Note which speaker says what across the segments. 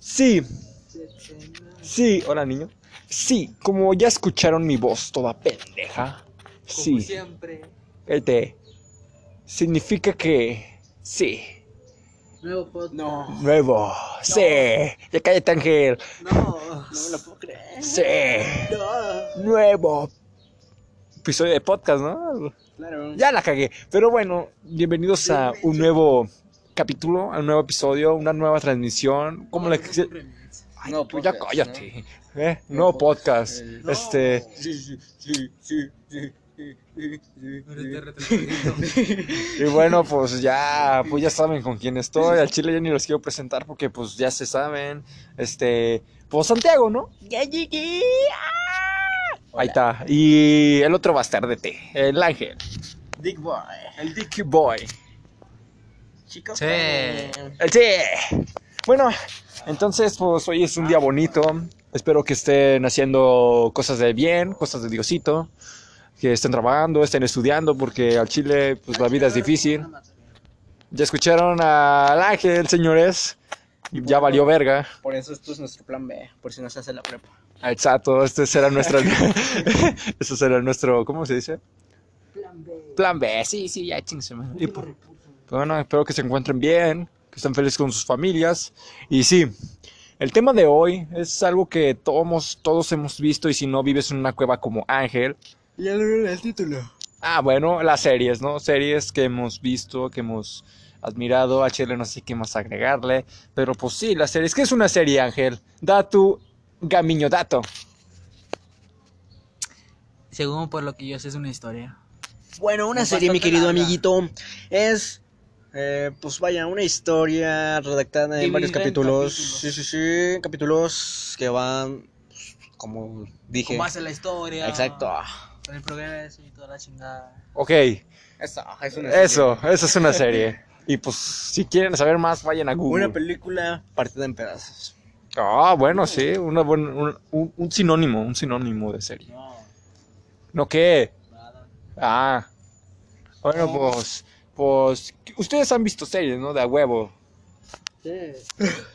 Speaker 1: Sí. Sí, hola niño. Sí, como ya escucharon mi voz toda pendeja.
Speaker 2: Como
Speaker 1: Sí,
Speaker 2: siempre.
Speaker 1: este significa que sí,
Speaker 3: Nuevo podcast.
Speaker 4: No,
Speaker 1: nuevo. Sí, ya cállate Ángel.
Speaker 2: No.
Speaker 4: no me lo puedo creer.
Speaker 1: Sí,
Speaker 2: No.
Speaker 1: nuevo episodio de podcast, ¿no?
Speaker 4: Claro.
Speaker 1: Ya la cagué. Pero bueno, bienvenidos a un nuevo capítulo, a un nuevo episodio, una nueva transmisión. Como le
Speaker 3: Es un remix.
Speaker 1: Ay,
Speaker 4: Nuevo
Speaker 1: tú ya
Speaker 4: podcast,
Speaker 1: cállate. ¿Eh? Nuevo podcast.
Speaker 4: Eh,
Speaker 2: No.
Speaker 1: Este,
Speaker 4: Sí, sí, sí, sí, sí, sí, sí, sí.
Speaker 2: Ahora te retrasé.
Speaker 1: y bueno, pues ya, pues ya saben con quién estoy. Al chile ya ni los quiero presentar porque pues ya se saben. Este, pues Santiago, ¿no?
Speaker 4: Ya llegué.
Speaker 1: Ahí está. Y el otro bastardete, el ángel,
Speaker 4: Dick Boy.
Speaker 1: el Dicky Boy.
Speaker 4: Chicos.
Speaker 2: Sí.
Speaker 4: eh,
Speaker 1: El sí. Bueno, entonces pues hoy es un día bonito. Espero que estén haciendo cosas de bien, cosas de Diosito. Que estén trabajando, estén estudiando porque al chile pues la vida es difícil. Ya escucharon al ángel, señores. Ya valió verga.
Speaker 4: Por eso esto es nuestro plan B, por si no se hace la prepa.
Speaker 1: Exacto, este será nuestro. Eso será nuestro. ¿Cómo se dice?
Speaker 3: Plan B.
Speaker 1: Plan B. Sí, sí, ya chingse, man. Y
Speaker 3: Último
Speaker 1: pu-
Speaker 3: recurso.
Speaker 1: bueno, espero que se encuentren bien, que estén felices con sus familias. Y sí, el tema de hoy es algo que todos, todos hemos visto. Y si no vives en una cueva como Ángel,
Speaker 4: Ya lo veo el título.
Speaker 1: Ah, bueno, las series, ¿no? Series que hemos visto, que hemos admirado. A Chile no sé qué más agregarle. Pero pues sí, las series. ¿Qué es una serie, Ángel? Da tu gamiño dato.
Speaker 2: Según por lo que yo sé, es una historia.
Speaker 4: Bueno, una serie, mi
Speaker 2: Bastante
Speaker 4: querido
Speaker 2: larga.
Speaker 4: amiguito, es, eh, pues vaya, una historia redactada en
Speaker 2: Dividida
Speaker 4: varios
Speaker 2: en
Speaker 4: capítulos.
Speaker 2: capítulos.
Speaker 4: Sí, sí, sí, capítulos que van, pues, como dije.
Speaker 2: Cómo hace la historia.
Speaker 4: Exacto.
Speaker 2: Con el progreso y toda la chingada.
Speaker 1: Ok,
Speaker 4: Eso, es
Speaker 1: eso, eso es una serie. Y pues, si quieren saber más, vayan a Google.
Speaker 4: Una película partida en pedazos.
Speaker 1: Ah, bueno, sí, una buen- un, un- un sinónimo, un sinónimo de serie.
Speaker 2: No.
Speaker 1: ¿No qué?
Speaker 2: Nada.
Speaker 1: Ah. Bueno, pues, pues, ustedes han visto series, ¿no? De a huevo.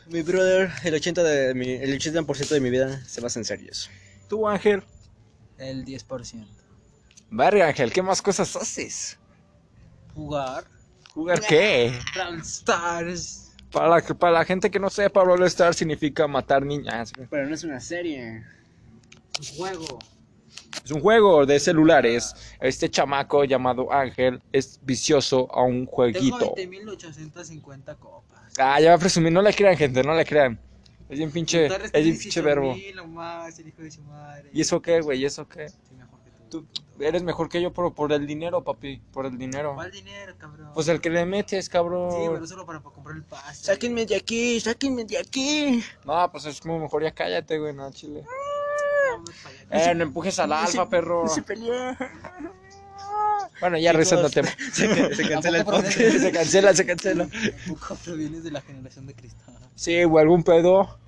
Speaker 4: Mi brother, el 80%, de mi, el 80 de mi vida se basa en series.
Speaker 1: Tú, Ángel.
Speaker 2: El 10%.
Speaker 1: Barrio, Ángel, ¿qué más cosas haces?
Speaker 2: Jugar.
Speaker 1: ¿Jugar qué?
Speaker 2: Brawl Stars.
Speaker 1: Para la, para la gente que no sepa, Brawl Stars significa matar niñas.
Speaker 4: Pero no es una serie.
Speaker 2: Juego.
Speaker 1: Es un juego de celulares. Este chamaco llamado Ángel es vicioso a un
Speaker 2: Tengo
Speaker 1: jueguito.
Speaker 2: 20.850 copas.
Speaker 1: Ah, ya va a presumir. No le crean, gente, no le crean. Es bien pinche,
Speaker 2: Torres
Speaker 1: es
Speaker 2: tiene
Speaker 1: bien pinche verbo.
Speaker 2: 18.000 o más, el hijo de su madre.
Speaker 1: ¿Y eso qué, güey? ¿Y eso qué?
Speaker 2: Sí, mejor que tú.
Speaker 1: Tú eres mejor que yo por, por el dinero, papi. Por el dinero.
Speaker 2: ¿Cuál dinero, cabrón?
Speaker 1: Pues el que le metes, cabrón.
Speaker 2: Sí, pero solo para, para comprar el pase.
Speaker 4: Sáquenme de aquí, sáquenme de aquí.
Speaker 1: No, pues es como mejor ya cállate, güey, no, chile.
Speaker 2: No, vete para allá.
Speaker 1: Eh, no empujes al alfa, perro.
Speaker 4: No se peleen.
Speaker 1: Bueno, ya
Speaker 4: Chicos.
Speaker 1: regresando al tema.
Speaker 4: Se, se cancela el
Speaker 2: ¿A poco
Speaker 4: podcast.
Speaker 2: proviene-
Speaker 1: se cancela, se cancela.
Speaker 2: Tampoco provienes de la generación de cristal.
Speaker 1: Sí, güey, algún pedo.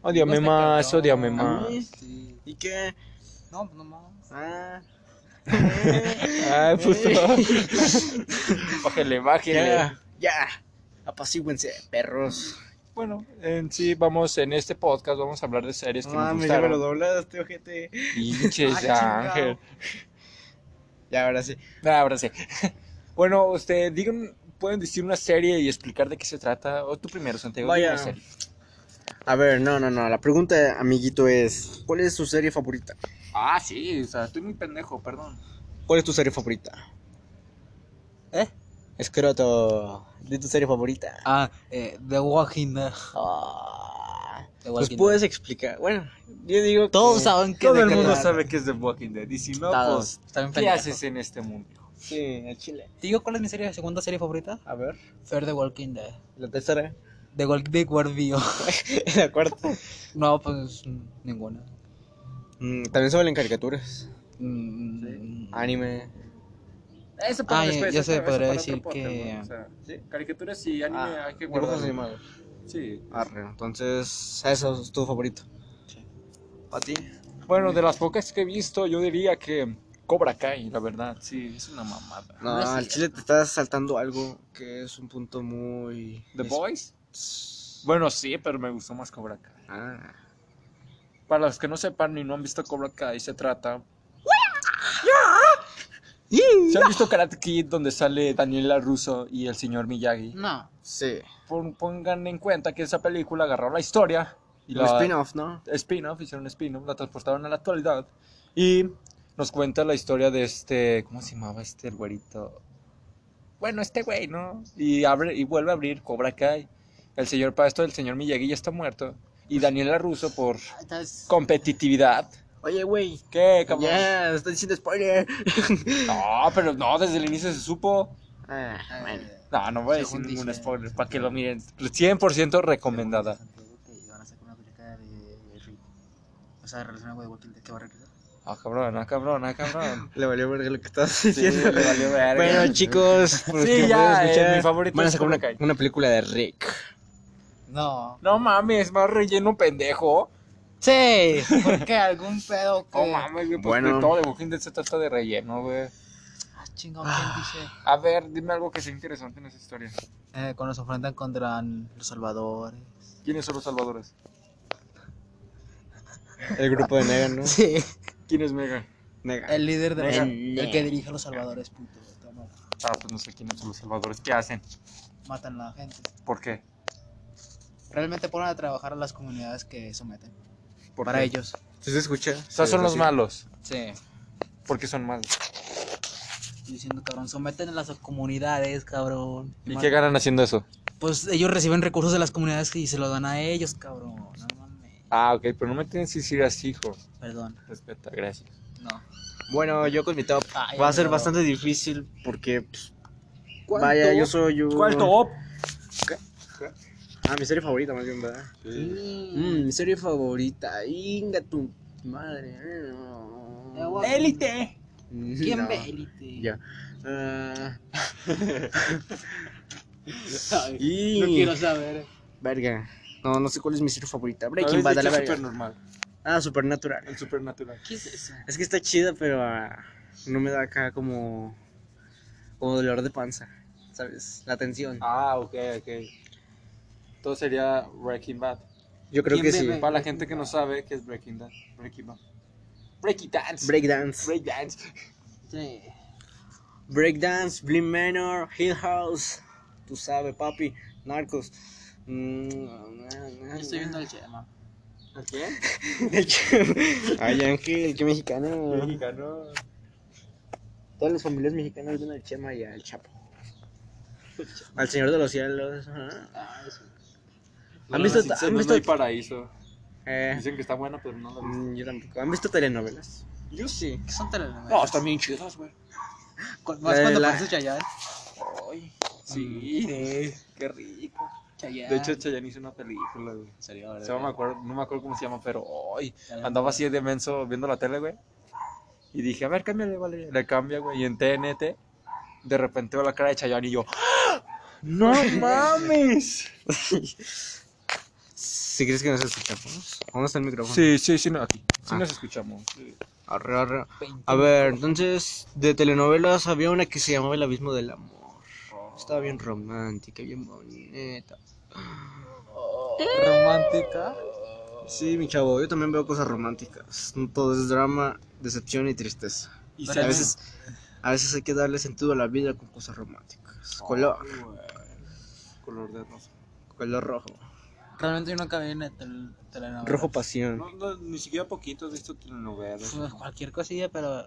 Speaker 1: Ódiame
Speaker 2: Está
Speaker 1: más,
Speaker 2: cabrón. Ah,
Speaker 1: ódiame
Speaker 4: ¿A
Speaker 1: más.
Speaker 4: mí?
Speaker 2: Sí.
Speaker 4: ¿Y qué?
Speaker 2: No, no más.
Speaker 4: Ah.
Speaker 1: Ay, puto. bájele, bájele.
Speaker 4: Ya, ya. Apacígüense, perros.
Speaker 1: Bueno, en sí, vamos, en este podcast vamos a hablar de series que nos
Speaker 4: Mami, ya me lo
Speaker 1: gustaron.
Speaker 4: doblaste, ojete.
Speaker 1: Pinches,
Speaker 2: Ay,
Speaker 1: ya,
Speaker 2: chingado.
Speaker 1: Ángel.
Speaker 4: Ya, ahora sí.
Speaker 1: Ah, ahora sí. Bueno, usted, digan, pueden decir una serie y explicar de qué se trata. O tú primero, Santiago.
Speaker 4: Vaya.
Speaker 1: dime una serie.
Speaker 4: A ver, no, no, no. La pregunta, amiguito, es: ¿Cuál es tu serie favorita?
Speaker 1: Ah, sí, o sea, estoy muy pendejo, perdón.
Speaker 4: ¿Cuál es tu serie favorita? ¿Eh? Escroto. ¿De tu serie favorita?
Speaker 2: Ah, eh, The Walking Dead.
Speaker 4: Ah.
Speaker 2: The
Speaker 4: Pues
Speaker 2: Walking
Speaker 4: puedes explicar. Bueno, yo digo.
Speaker 2: Dead. Todos
Speaker 4: que-
Speaker 2: saben que
Speaker 1: Todo
Speaker 2: de
Speaker 1: el
Speaker 2: qué
Speaker 1: mundo
Speaker 2: trata.
Speaker 1: sabe que es The Walking Dead. Y si no,
Speaker 2: Todos.
Speaker 1: pues,
Speaker 2: También
Speaker 1: ¿qué
Speaker 2: pendejo.
Speaker 1: haces en este mundo?
Speaker 4: Sí, el chile.
Speaker 2: ¿Te digo cuál es mi serie, segunda serie favorita?
Speaker 4: A ver,
Speaker 2: Fair The Walking Dead.
Speaker 4: la tercera.
Speaker 2: The Walking Dead Guardio.
Speaker 4: la cuarta.
Speaker 2: No, pues mm, ninguna.
Speaker 4: Mm, también se valen caricaturas.
Speaker 2: Mm,
Speaker 4: Anime.
Speaker 1: Eso
Speaker 2: para Ah, ya- después, ya eso se para- podría eso para decir otro podcast, que- ¿no? O
Speaker 1: caricaturas y anime
Speaker 4: Ah,
Speaker 1: hay que
Speaker 4: dibujos
Speaker 1: guardar.
Speaker 4: animados.
Speaker 1: Sí.
Speaker 4: Arre, entonces, eso es tu favorito.
Speaker 2: Sí.
Speaker 4: ¿A ti?
Speaker 1: Bueno, de las pocas que he visto, yo diría que Cobra Kai, la verdad. Sí, es una mamada.
Speaker 4: No,
Speaker 2: No es
Speaker 4: al chile te estás saltando algo que es un punto muy.
Speaker 1: ¿The Boys? Bueno, sí, pero me gustó más Cobra Kai.
Speaker 4: Ah.
Speaker 1: Para los que no sepan ni no han visto Cobra Kai, se trata. ¿Se han visto Karate Kid donde sale Daniela Russo y el señor Miyagi?
Speaker 2: No.
Speaker 4: Sí.
Speaker 1: Pon- Pongan en cuenta que esa película agarraron la historia y
Speaker 4: Un
Speaker 1: la
Speaker 4: spin-off, ¿no?
Speaker 1: spin-off, hicieron un spin-off, la transportaron a la actualidad y nos cuenta la historia de este, ¿cómo se llamaba este el güerito? Bueno, este güey, ¿no? Y abre y vuelve a abrir Cobra Kai. El señor Pasto, el señor Miyagi ya está muerto y Daniela Russo por
Speaker 4: Estás-
Speaker 1: competitividad.
Speaker 4: Oye, güey.
Speaker 1: ¿Qué,
Speaker 4: Ya,
Speaker 1: cabrón?
Speaker 4: estoy diciendo spoiler.
Speaker 1: No, pero no, desde el inicio se supo.
Speaker 4: Ah, bueno.
Speaker 2: Eh,
Speaker 1: No, no voy a decir
Speaker 2: Según
Speaker 1: ningún
Speaker 2: dice-
Speaker 1: spoiler, para que lo miren. 100% recomendada.
Speaker 3: Que van a sacar una película de Rick. O sea, relacionada con The Walking Dead que va a regresar.
Speaker 1: Ah, cabrón, ah, cabrón, ah, cabrón.
Speaker 4: Le valió verga lo que estabas
Speaker 1: Sí,
Speaker 4: diciendo.
Speaker 1: le valió verga.
Speaker 4: Bueno, chicos, por los
Speaker 1: Sí,
Speaker 4: que
Speaker 1: ya,
Speaker 4: pueden
Speaker 1: eh,
Speaker 4: escuchar,
Speaker 1: mi favorito
Speaker 4: van a
Speaker 1: es
Speaker 4: sacar una,
Speaker 1: Cobra Kai.
Speaker 4: una película de Rick.
Speaker 2: No.
Speaker 1: No mames, más relleno pendejo.
Speaker 2: Sí, porque algún pedo que.
Speaker 1: No mames, güey, pues
Speaker 4: Bueno.
Speaker 1: de todo de Walking Dead se trata de relleno, güey.
Speaker 2: Ah, chingado, ¿quién dice?
Speaker 1: A ver, dime algo que sea interesante en esa historia.
Speaker 2: Eh, cuando se enfrentan contra los salvadores.
Speaker 1: ¿Quiénes son los salvadores?
Speaker 4: El grupo de Negan, ¿no?
Speaker 2: Sí.
Speaker 1: ¿Quién es Mega?
Speaker 4: Negan.
Speaker 2: El líder de
Speaker 4: El-
Speaker 2: el que dirige a los salvadores, puto. güey, toma.
Speaker 1: Ah, pues no sé quiénes son los salvadores. ¿Qué hacen?
Speaker 2: Matan a la gente.
Speaker 1: ¿Por qué?
Speaker 2: Realmente ponen a trabajar a las comunidades que someten.
Speaker 1: ¿Por
Speaker 2: para
Speaker 1: qué?
Speaker 2: ellos.
Speaker 4: ¿Sí se escucha?
Speaker 1: O sea,
Speaker 4: Sí, pues
Speaker 1: son los
Speaker 4: sí.
Speaker 1: malos.
Speaker 2: Sí.
Speaker 1: ¿Por qué son malos?
Speaker 2: Estoy diciendo, cabrón, someten a las comunidades, cabrón.
Speaker 1: ¿Y qué ganan haciendo eso?
Speaker 2: Pues ellos reciben recursos de las comunidades y se los dan a ellos, cabrón. No mames.
Speaker 1: Ah, ok, pero no me tienes que decir así, hijo.
Speaker 2: Perdón,
Speaker 1: Respeta, gracias.
Speaker 2: no.
Speaker 4: Bueno, yo con mi top
Speaker 2: Ay,
Speaker 4: va a ser
Speaker 2: no.
Speaker 4: bastante difícil porque pues,
Speaker 1: ¿Cuál
Speaker 4: vaya,
Speaker 1: top?
Speaker 4: yo soy un...
Speaker 1: ¿Cuál top?
Speaker 4: Ah, mi serie favorita más bien, ¿verdad? Mm, mi serie favorita. Inga tu madre. eh, No.
Speaker 2: ¡Élite!
Speaker 4: ¿Quién
Speaker 3: ¿Quién ve Elite?
Speaker 4: Ya. Ah,
Speaker 3: Ay,
Speaker 4: y...
Speaker 3: No quiero saber.
Speaker 4: Verga. No, no sé cuál es mi serie favorita. Breaking
Speaker 1: Breaking
Speaker 4: Bad, a la verga.
Speaker 1: Supernormal,
Speaker 4: Ah, Supernatural.
Speaker 1: el supernatural.
Speaker 3: ¿Qué es eso?
Speaker 4: Es que está chida, pero ah, no me da acá como. como dolor de panza. ¿Sabes? La tensión.
Speaker 1: Ah, ok, ok. Todo sería Breaking Bad.
Speaker 4: Yo creo
Speaker 3: ¿quién
Speaker 4: que
Speaker 3: ve
Speaker 4: sí.
Speaker 3: Breaking
Speaker 1: Para la gente que no sabe qué es Breaking Bad. Breaking Bad. Breaking Dance.
Speaker 4: Breakdance.
Speaker 1: Break Dance.
Speaker 3: Sí.
Speaker 4: Breakdance, Blim Manor, Hill House. Tú sabes, papi. Narcos. Mm,
Speaker 3: Yo estoy viendo al Chema.
Speaker 1: ¿Qué?
Speaker 4: Ay, Ángel, qué mexicano.
Speaker 1: Mexicano.
Speaker 4: Todas las familias mexicanas ven al Chema y al Chapo. Al Señor de los Cielos. ajá.
Speaker 3: Ah, eso.
Speaker 4: ¿Han visto-
Speaker 1: No,
Speaker 4: han
Speaker 1: no
Speaker 4: visto-
Speaker 1: hay paraíso.
Speaker 4: Eh,
Speaker 1: Dicen que está buena, pero no la he visto.
Speaker 4: mm, yo tampoco. ¿Han visto telenovelas?
Speaker 1: Yo sí.
Speaker 3: ¿Qué son telenovelas?
Speaker 2: Oh.
Speaker 1: No, están bien chidas, güey.
Speaker 2: Con-
Speaker 4: La
Speaker 2: Más
Speaker 4: de
Speaker 2: cuando
Speaker 4: la-
Speaker 2: aparece Chayanne.
Speaker 1: Ay, sí. Qué rico.
Speaker 2: Chayanne.
Speaker 1: De hecho, Chayanne hizo una película, güey.
Speaker 2: en serio,
Speaker 1: Se llama, me acuerdo- no me acuerdo cómo se llama, pero hoy
Speaker 2: Ya la
Speaker 1: andaba así de menso viendo la tele, güey. Y dije, a ver, cámbiale, vale. Le cambia, güey. Y en TNT, de repente veo la cara de Chayanne y yo, ¡Ah! ¡No mames!
Speaker 4: Si crees que nos escuchamos. ¿Dónde está el micrófono?
Speaker 1: Sí, sí, sí, no, aquí. Sí
Speaker 4: Ah.
Speaker 1: nos escuchamos.
Speaker 4: Arre, arre. A ver, entonces, de telenovelas había una que se llamaba El Abismo del Amor. Estaba bien romántica, bien bonita.
Speaker 2: Romántica.
Speaker 4: Sí, mi chavo, yo también veo cosas románticas. No Todo es drama, decepción y tristeza.
Speaker 1: Y
Speaker 4: A veces, a veces hay que darle sentido a la vida con cosas románticas. Color,
Speaker 1: Color de rosa.
Speaker 4: color rojo.
Speaker 2: Realmente yo nunca vi en tel telenovela.
Speaker 4: Rojo pasión.
Speaker 1: No, no, ni siquiera poquito has visto telenovelas.
Speaker 2: Pues, Cualquier cosilla, pero.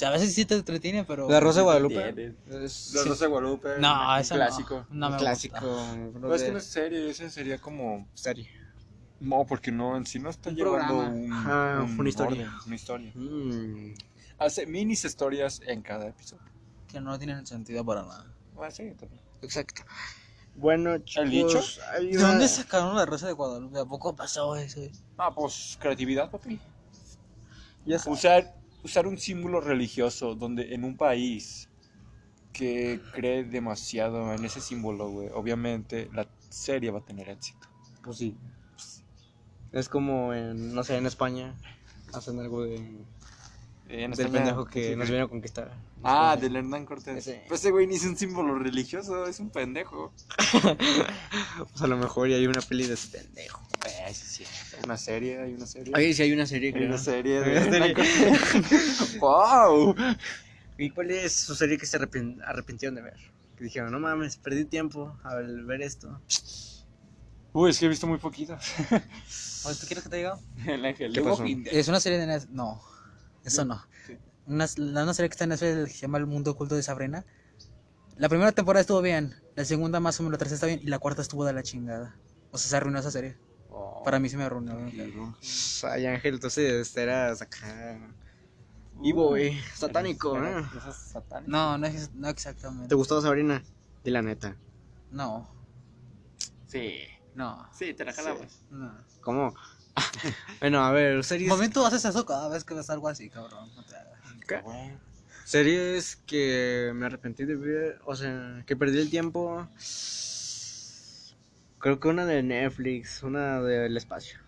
Speaker 2: A veces sí te entretiene, pero.
Speaker 4: La Rosa de Guadalupe.
Speaker 1: Tienes.
Speaker 4: Es
Speaker 1: La
Speaker 4: sí,
Speaker 1: Rosa de Guadalupe.
Speaker 2: No,
Speaker 1: un
Speaker 2: esa
Speaker 1: clásico.
Speaker 2: no. No me
Speaker 4: un clásico.
Speaker 2: gusta.
Speaker 1: No, es que no es serie, esa sería como
Speaker 4: serie.
Speaker 1: No, porque no, en sí no está
Speaker 3: Un
Speaker 1: llevando
Speaker 3: programa.
Speaker 1: un,
Speaker 4: Ajá, una historia.
Speaker 1: orden, una historia.
Speaker 4: Mm,
Speaker 1: Hace minis historias en cada episodio.
Speaker 2: Que no tienen sentido para nada.
Speaker 1: Ah, sí, también.
Speaker 4: exacto. Bueno, chicos.
Speaker 1: dicho?
Speaker 4: hay
Speaker 2: ¿De
Speaker 4: una-
Speaker 2: dónde sacaron la Rosa de Guadalupe? ¿A poco pasó eso?
Speaker 1: Ah, pues creatividad, papi. Usar, usar un símbolo religioso donde en un país que cree demasiado en ese símbolo, güey, obviamente la serie va a tener éxito.
Speaker 4: Pues sí. Es como en, no sé, en España hacen algo de
Speaker 1: en
Speaker 4: Del
Speaker 1: España.
Speaker 4: pendejo que nos vino a conquistar.
Speaker 1: Ah, del Hernán Cortés.
Speaker 4: Ese.
Speaker 1: Pues ese güey ni es un símbolo religioso, es un pendejo.
Speaker 4: Pues a lo mejor ya hay una peli de ese pendejo.
Speaker 1: Eh, sí, sí. Hay una serie, hay una serie.
Speaker 4: Oye, si hay una serie,
Speaker 1: Hay
Speaker 4: creo.
Speaker 1: una serie
Speaker 4: Hay
Speaker 1: de
Speaker 4: una
Speaker 1: Hernán
Speaker 4: serie.
Speaker 1: Cortés. ¡Wow!
Speaker 4: ¿Y cuál es su serie que se arrepin- arrepintieron de ver? Que dijeron, no mames, perdí tiempo al ver esto.
Speaker 1: Uy, es que he visto muy poquitas.
Speaker 2: Oye, ¿Tú quieres que te diga?
Speaker 1: El ángel.
Speaker 4: ¿Qué
Speaker 1: Luego
Speaker 4: pasó?
Speaker 1: fin de-
Speaker 2: Es una serie de Netflix. No, eso no.
Speaker 1: Sí.
Speaker 2: Una, la- una serie que está en Netflix que se llama El Mundo Oculto de Sabrina. La primera temporada estuvo bien, la segunda más o menos, la tercera está bien y la cuarta estuvo de la chingada. O sea, se arruinó esa serie.
Speaker 1: Oh.
Speaker 2: Para mí se me arruinó.
Speaker 4: Ay, Ángel, entonces eras acá. Y voy, satánico, ¿eh?
Speaker 1: Cosas satánicas.
Speaker 2: No, no, es, no
Speaker 4: ¿Te
Speaker 2: exactamente.
Speaker 4: gustó Sabrina? De la neta.
Speaker 2: No,
Speaker 1: Sí.
Speaker 2: no,
Speaker 1: Sí, te la jalamos.
Speaker 2: no.
Speaker 4: ¿Cómo? bueno, a ver, series,
Speaker 2: momento haces eso cada vez que ves algo así, cabrón. No te hagas.
Speaker 1: Bueno,
Speaker 4: series que me arrepentí de ver, o sea, que perdí el tiempo. Creo que una de Netflix, una del espacio.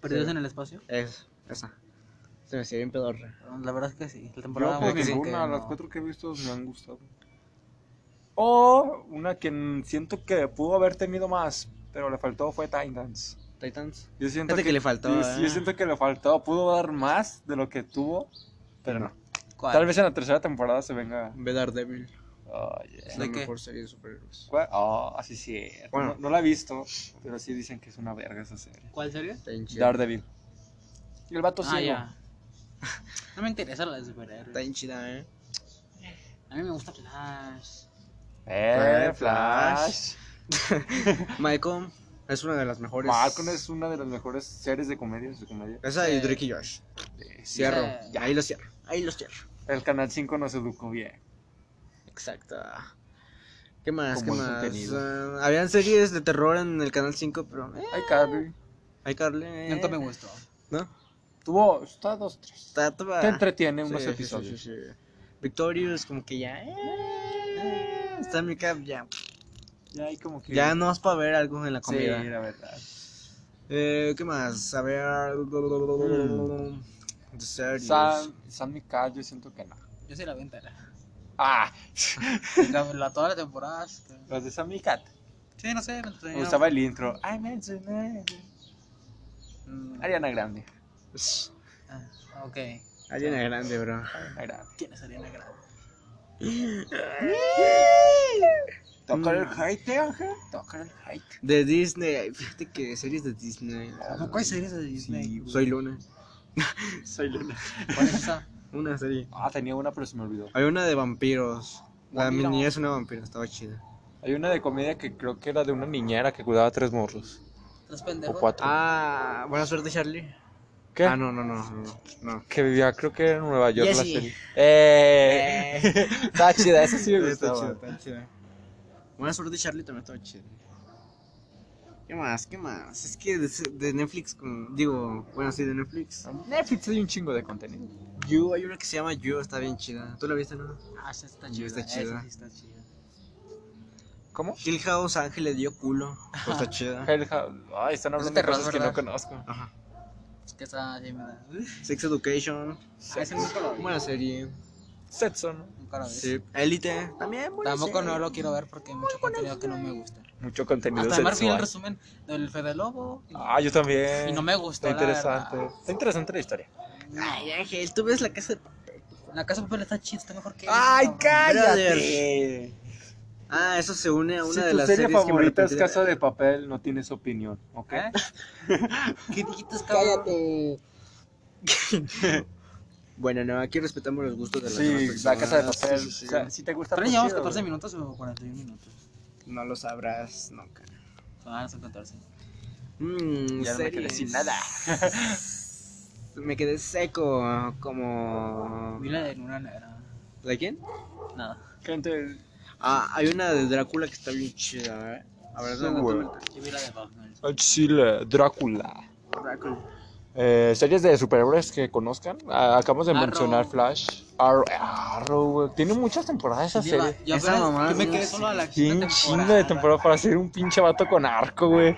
Speaker 2: ¿Perdidos
Speaker 4: Sí.
Speaker 2: en el espacio?
Speaker 4: Es, esa. Se me hacía bien pedorra.
Speaker 2: La verdad es que sí. La temporada
Speaker 1: Yo por
Speaker 2: uno como que
Speaker 1: ninguna, las
Speaker 2: no.
Speaker 1: cuatro que he visto me han gustado. O una que n- siento que pudo haber tenido más, pero le faltó fue Titans.
Speaker 4: Titans.
Speaker 1: Yo siento
Speaker 4: Fíjate que le faltó,
Speaker 1: Yo,
Speaker 4: ¿eh?
Speaker 1: yo siento que le faltó, pudo dar más de lo que tuvo, pero no.
Speaker 2: ¿Cuál?
Speaker 1: Tal vez en la tercera temporada se venga.
Speaker 4: Ve Daredevil.
Speaker 1: Oh, yeah.
Speaker 4: Es
Speaker 2: ¿De
Speaker 4: la
Speaker 2: qué?
Speaker 4: mejor serie de superhéroes.
Speaker 1: ¿Cuál? Oh, así sí.
Speaker 4: Bueno.
Speaker 1: No, no la he visto, pero sí dicen que es una verga esa serie.
Speaker 2: ¿Cuál serie?
Speaker 4: Está bien chida.
Speaker 1: Daredevil. Y el vato
Speaker 2: Ah,
Speaker 1: ciego.
Speaker 2: ya. No me interesa la de
Speaker 4: Está
Speaker 2: superhéroes.
Speaker 4: bien chida, ¿eh?
Speaker 2: A mí me gusta Flash.
Speaker 1: Eh,
Speaker 4: Flash.
Speaker 1: Flash.
Speaker 4: Malcolm es una de las mejores.
Speaker 1: Malcolm es una de las mejores series de comedias de comedia.
Speaker 4: Esa y
Speaker 2: Sí.
Speaker 4: Drake y Josh.
Speaker 1: Sí.
Speaker 4: Cierro.
Speaker 2: Sí.
Speaker 4: Ya, ahí lo cierro. Ahí lo cierro.
Speaker 1: El Canal 5 nos educó bien.
Speaker 4: Exacto. ¿Qué más?
Speaker 1: Como
Speaker 4: ¿Qué
Speaker 1: el
Speaker 4: más?
Speaker 1: contenido.
Speaker 4: Ah, habían series de terror en el canal 5, pero. Eh,
Speaker 1: Ay, Carly.
Speaker 4: hay Carle.
Speaker 2: Nunca me gustó.
Speaker 4: ¿No?
Speaker 1: Tuvo, está dos, tres.
Speaker 4: Está, está-
Speaker 1: Te entretiene
Speaker 4: Ah, Sí,
Speaker 1: unos
Speaker 4: sí,
Speaker 1: episodios.
Speaker 4: sí, sí. Victorious, como que ya. eh, está en mi cap, ya.
Speaker 1: Ya hay como que.
Speaker 4: Ya no es para ver algo en la
Speaker 1: Sí,
Speaker 4: comida.
Speaker 1: la verdad.
Speaker 4: Eh, ¿Qué más? A ver.
Speaker 1: Mm.
Speaker 4: De series.
Speaker 1: San, San Mikael, yo siento que no.
Speaker 2: Yo soy la ventana.
Speaker 1: Ah,
Speaker 2: La, la- toda la temporada. este.
Speaker 1: los de San Mikael.
Speaker 2: Sí, no sé. Me
Speaker 1: Me
Speaker 2: entretenía.
Speaker 1: gustaba el intro. I meant to know.
Speaker 2: Mm,
Speaker 1: Ariana Grande.
Speaker 2: ah, ok.
Speaker 4: Ariana Grande, bro.
Speaker 1: Ariana Grande.
Speaker 2: ¿Quién es Ariana Grande?
Speaker 1: Tocar el hate, Ángel. Tocar el hate.
Speaker 4: De Disney. Fíjate que series de Disney.
Speaker 2: ¿Tampoco hay series de Disney?
Speaker 4: Soy Luna.
Speaker 1: Soy Luna.
Speaker 2: ¿Cuál es esa?
Speaker 4: Una serie.
Speaker 1: Ah, tenía una, pero se me olvidó.
Speaker 4: Hay una de vampiros. La mi
Speaker 1: Vampiro.
Speaker 4: niña es una vampira, estaba chida.
Speaker 1: Hay una de comedia que creo que era de una niñera que cuidaba tres morros.
Speaker 2: Los
Speaker 1: O
Speaker 2: pendejos.
Speaker 1: cuatro.
Speaker 4: Ah, buena suerte, Charlie.
Speaker 1: ¿Qué?
Speaker 4: Ah, no, no, no. no, no.
Speaker 1: Que vivía, creo que era en Nueva York
Speaker 4: Jessie.
Speaker 1: la serie. ¡Eh! Estaba chida, esa sí me
Speaker 4: está chida,
Speaker 1: gustaba.
Speaker 4: está chida. Buena suerte, Charlie también estaba chida. ¿Qué más? ¿Qué más? Es que de, de Netflix, como- digo, bueno, sí, de Netflix.
Speaker 1: Netflix hay un chingo de contenido.
Speaker 4: You, hay una que se llama You, está bien chida. ¿Tú la viste, no?
Speaker 2: Ah, esa está
Speaker 4: Sí,
Speaker 2: chida.
Speaker 4: está
Speaker 2: Está
Speaker 4: chida.
Speaker 2: chida. Sí está chida.
Speaker 1: ¿Cómo?
Speaker 4: Hill House Ángel le dio culo. Pues está chida.
Speaker 1: Hell House. Ay, están
Speaker 2: Es de
Speaker 1: hablando de
Speaker 2: terror,
Speaker 1: cosas que no
Speaker 2: ¿verdad?
Speaker 1: conozco.
Speaker 4: Ajá.
Speaker 2: Es que esa sí me da.
Speaker 4: Sex Education.
Speaker 2: Ah, ese nunca lo vi.
Speaker 4: Buena serie.
Speaker 1: Sexo, ¿no?
Speaker 2: Nunca lo vi.
Speaker 4: Sí. Elite. También buena
Speaker 2: Tampoco
Speaker 4: serie.
Speaker 2: no lo quiero ver porque hay mucho contenido que no me gusta.
Speaker 1: Mucho contenido
Speaker 2: Hasta además vi el
Speaker 1: sexual.
Speaker 2: resumen del Fede Lobo. y-
Speaker 1: Ah, yo también.
Speaker 2: Y no me gustó,
Speaker 1: Está
Speaker 2: la
Speaker 1: interesante.
Speaker 2: verdad.
Speaker 1: Está interesante la historia.
Speaker 4: Ay, Ángel, tú ves la casa de
Speaker 2: La casa de papel está chida, está mejor que. cabrón.
Speaker 4: cállate! Ah, eso se une a una
Speaker 1: si
Speaker 4: de
Speaker 1: tu
Speaker 4: las
Speaker 1: serie
Speaker 4: series que me
Speaker 1: favorita es
Speaker 4: arrepentí de
Speaker 1: Casa de Papel, no tienes opinión, ¿ok?
Speaker 2: ¿Eh? ¿Qué dijiste, cabrón?
Speaker 4: ver. Bueno, no, aquí respetamos los gustos de las demás
Speaker 1: Sí, la
Speaker 4: personas.
Speaker 1: Casa de Papel.
Speaker 4: Sí, sí, sí.
Speaker 1: o sea, Si te gusta...
Speaker 2: Pero
Speaker 1: pues
Speaker 2: llevamos
Speaker 1: chido,
Speaker 2: 14
Speaker 1: güey.
Speaker 2: minutos o 41 minutos.
Speaker 4: No lo sabrás nunca.
Speaker 2: Ah, no son 14.
Speaker 4: Mm,
Speaker 1: Ya no me quedé
Speaker 4: series.
Speaker 1: sin nada.
Speaker 4: Me quedé seco, como...
Speaker 2: Vi la de Luna Negra.
Speaker 4: ¿De quién?
Speaker 2: Nada.
Speaker 1: Gente,
Speaker 4: Ah, hay una de Drácula que está bien chida, ¿eh? A ver,
Speaker 1: Sí,
Speaker 4: no, no,
Speaker 1: güey.
Speaker 4: no,
Speaker 2: Yo vi la de Wagner.
Speaker 1: al Chile, Drácula.
Speaker 4: Drácula.
Speaker 1: Eh, series de superhéroes que conozcan. Ah, acabamos de
Speaker 2: Arrow.
Speaker 1: mencionar Flash. Arrow, ah, Arrow, güey. Tiene muchas temporadas esa
Speaker 2: Lleva-
Speaker 1: serie.
Speaker 2: yo
Speaker 4: Esa
Speaker 2: apenas-
Speaker 4: mamá
Speaker 2: yo me
Speaker 4: no
Speaker 2: quedé
Speaker 4: sé.
Speaker 2: solo a la
Speaker 1: Bien
Speaker 2: quinta
Speaker 1: chingo de temporada para ser un pinche vato con arco, güey.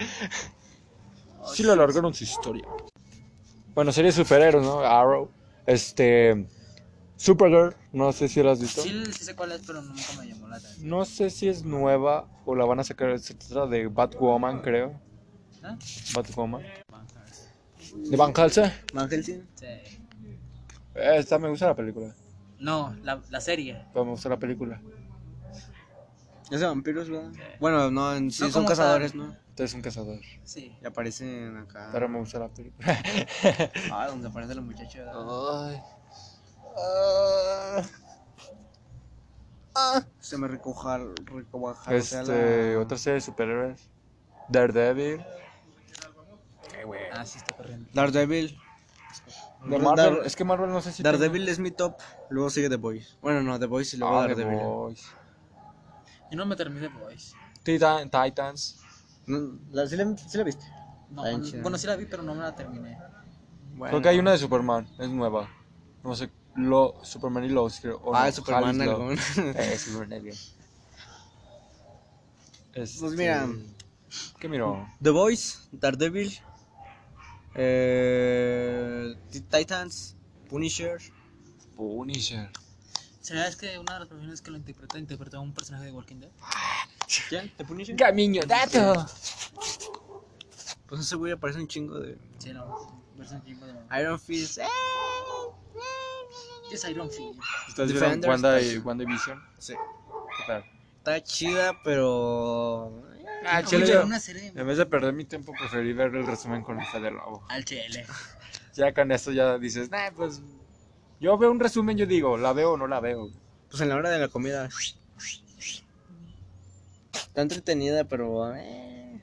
Speaker 1: Sí lo alargaron su historia. Bueno, serie de superhéroes, ¿no? Arrow. Este. Supergirl, no sé si la has visto.
Speaker 2: Sí, sí sé cuál es, pero nunca me llamó la atención.
Speaker 1: No sé si es nueva o la van a sacar. Se trata de Batwoman, creo.
Speaker 2: ¿Ah?
Speaker 1: Batwoman. ¿De Van Halsen?
Speaker 4: Van Helsing.
Speaker 2: Sí.
Speaker 1: Esta me gusta la película.
Speaker 2: No, la, la serie.
Speaker 1: Pero me gusta la película.
Speaker 4: Es de vampiros, ¿verdad? Bueno, no, en sí
Speaker 2: No,
Speaker 4: son
Speaker 2: ¿cómo
Speaker 4: cazadores,
Speaker 2: tal?
Speaker 4: ¿no?
Speaker 1: Este es un cazador.
Speaker 2: Sí.
Speaker 4: Y aparecen acá.
Speaker 1: Pero me gusta la película.
Speaker 4: Ah, donde aparece la muchacha.
Speaker 2: Oh.
Speaker 1: Ay. Ah. Ah.
Speaker 4: Se me recoja, recobaja.
Speaker 1: Este,
Speaker 4: Ah.
Speaker 1: otra serie de superhéroes. Daredevil.
Speaker 2: Ah, sí está corriendo.
Speaker 4: Daredevil.
Speaker 1: De
Speaker 4: Dar-
Speaker 1: Marvel. es que Marvel no sé si.
Speaker 4: Daredevil es mi top. Luego sigue The Boys. Bueno, no, The Boys y
Speaker 1: tenga-
Speaker 4: luego
Speaker 1: Ah, The
Speaker 4: Daredevil.
Speaker 1: Boys.
Speaker 2: Yo no me terminé de Boys.
Speaker 1: Titan- Titans.
Speaker 4: No, ¿la, sí, la, sí la viste?
Speaker 2: No,
Speaker 4: Está bien
Speaker 2: no-
Speaker 4: chida.
Speaker 2: bueno, sí la vi, pero no me la terminé.
Speaker 4: Bueno.
Speaker 1: Creo que hay una de Superman. Es nueva. No sé. Lo, Superman y Lois, creo. o
Speaker 4: ah,
Speaker 1: no,
Speaker 4: es Superman
Speaker 1: Hal y Lois.
Speaker 4: algún.
Speaker 1: Eh, Superman algún. Este,
Speaker 4: Pues mira,
Speaker 1: ¿Qué miró?
Speaker 4: The Boys, Daredevil, eh, Teen Titans, Punisher.
Speaker 1: Punisher.
Speaker 2: ¿Sabías que una de las personas que lo interpreta interpretó a un personaje de Walking Dead?
Speaker 4: ¿Quién? ¿The Punisher?
Speaker 1: Camiño, dato.
Speaker 4: Pues ese güey aparece un chingo de
Speaker 2: Sí, no. Versión chingo de mamá.
Speaker 4: Iron Fist. ¡eh!
Speaker 2: ¿Qué es Iron Fist?
Speaker 1: ¿Estás viendo
Speaker 4: Defenders,
Speaker 1: Wanda y
Speaker 4: pues.
Speaker 1: WandaVision?
Speaker 4: Sí,
Speaker 1: ¿Qué tal?
Speaker 4: está chida, pero.
Speaker 1: Ah,
Speaker 2: Oye, era una serie de-
Speaker 1: En vez de perder mi tiempo, preferí ver el resumen con Lisa de Lobo.
Speaker 2: Al chile.
Speaker 1: Ya con esto ya dices, nah, pues. Yo veo un resumen, yo digo, ¿la veo o no la veo?
Speaker 4: Pues en la hora de la comida. Está entretenida, pero. eh,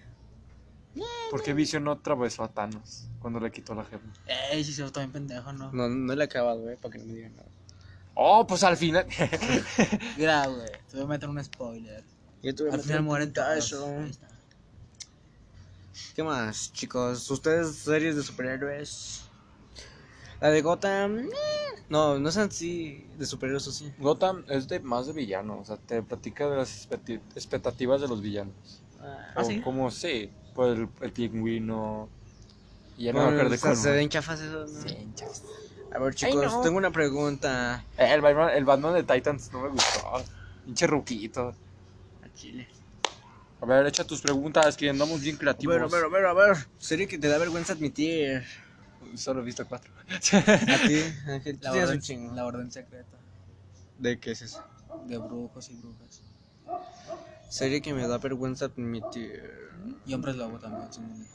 Speaker 1: ¿Por qué Vision no atravesó a Thanos cuando le quitó la gema?
Speaker 2: Ey, sí, se votó bien pendejo, ¿no?
Speaker 4: No, no le he acabado, güey, para que no me digan nada.
Speaker 1: Oh, pues al final.
Speaker 2: Mira, güey. Te voy a meter un spoiler.
Speaker 4: Yo tuve
Speaker 2: Al final mueren todos. Ahí está.
Speaker 4: ¿Qué más, chicos? ¿Ustedes series de superhéroes? La de Gotham. eh, No, no es así de superhéroes o sí.
Speaker 1: Gotham es de más de villanos, o sea, te platica de las expecti- expectativas de los villanos.
Speaker 4: Ah,
Speaker 1: O Como sí, pues el, el pingüino. Y ya no me
Speaker 4: Bueno,
Speaker 1: acuerdo
Speaker 4: o sea,
Speaker 1: con-
Speaker 4: se ven chafas esos, ¿no?
Speaker 1: Sí, chas.
Speaker 4: A ver, chicos,
Speaker 1: no.
Speaker 4: tengo una pregunta.
Speaker 1: Eh, El Batman, el Batman de Titans no me gustó. Pinche ruquito.
Speaker 2: Al Ah, chile.
Speaker 1: A ver, echa tus preguntas, que andamos bien
Speaker 4: A
Speaker 1: creativos.
Speaker 4: ver, a ver, a ver, a ver. Serie que te da vergüenza admitir.
Speaker 1: Solo he visto cuatro.
Speaker 4: A ti, Ángel, tú
Speaker 2: La
Speaker 4: tienes
Speaker 2: orden,
Speaker 4: un chingo.
Speaker 2: la orden secreta.
Speaker 4: ¿De qué es eso?
Speaker 2: De brujos y brujas.
Speaker 4: Serie que me da vergüenza admitir.
Speaker 2: Y hombres lobo también. Son...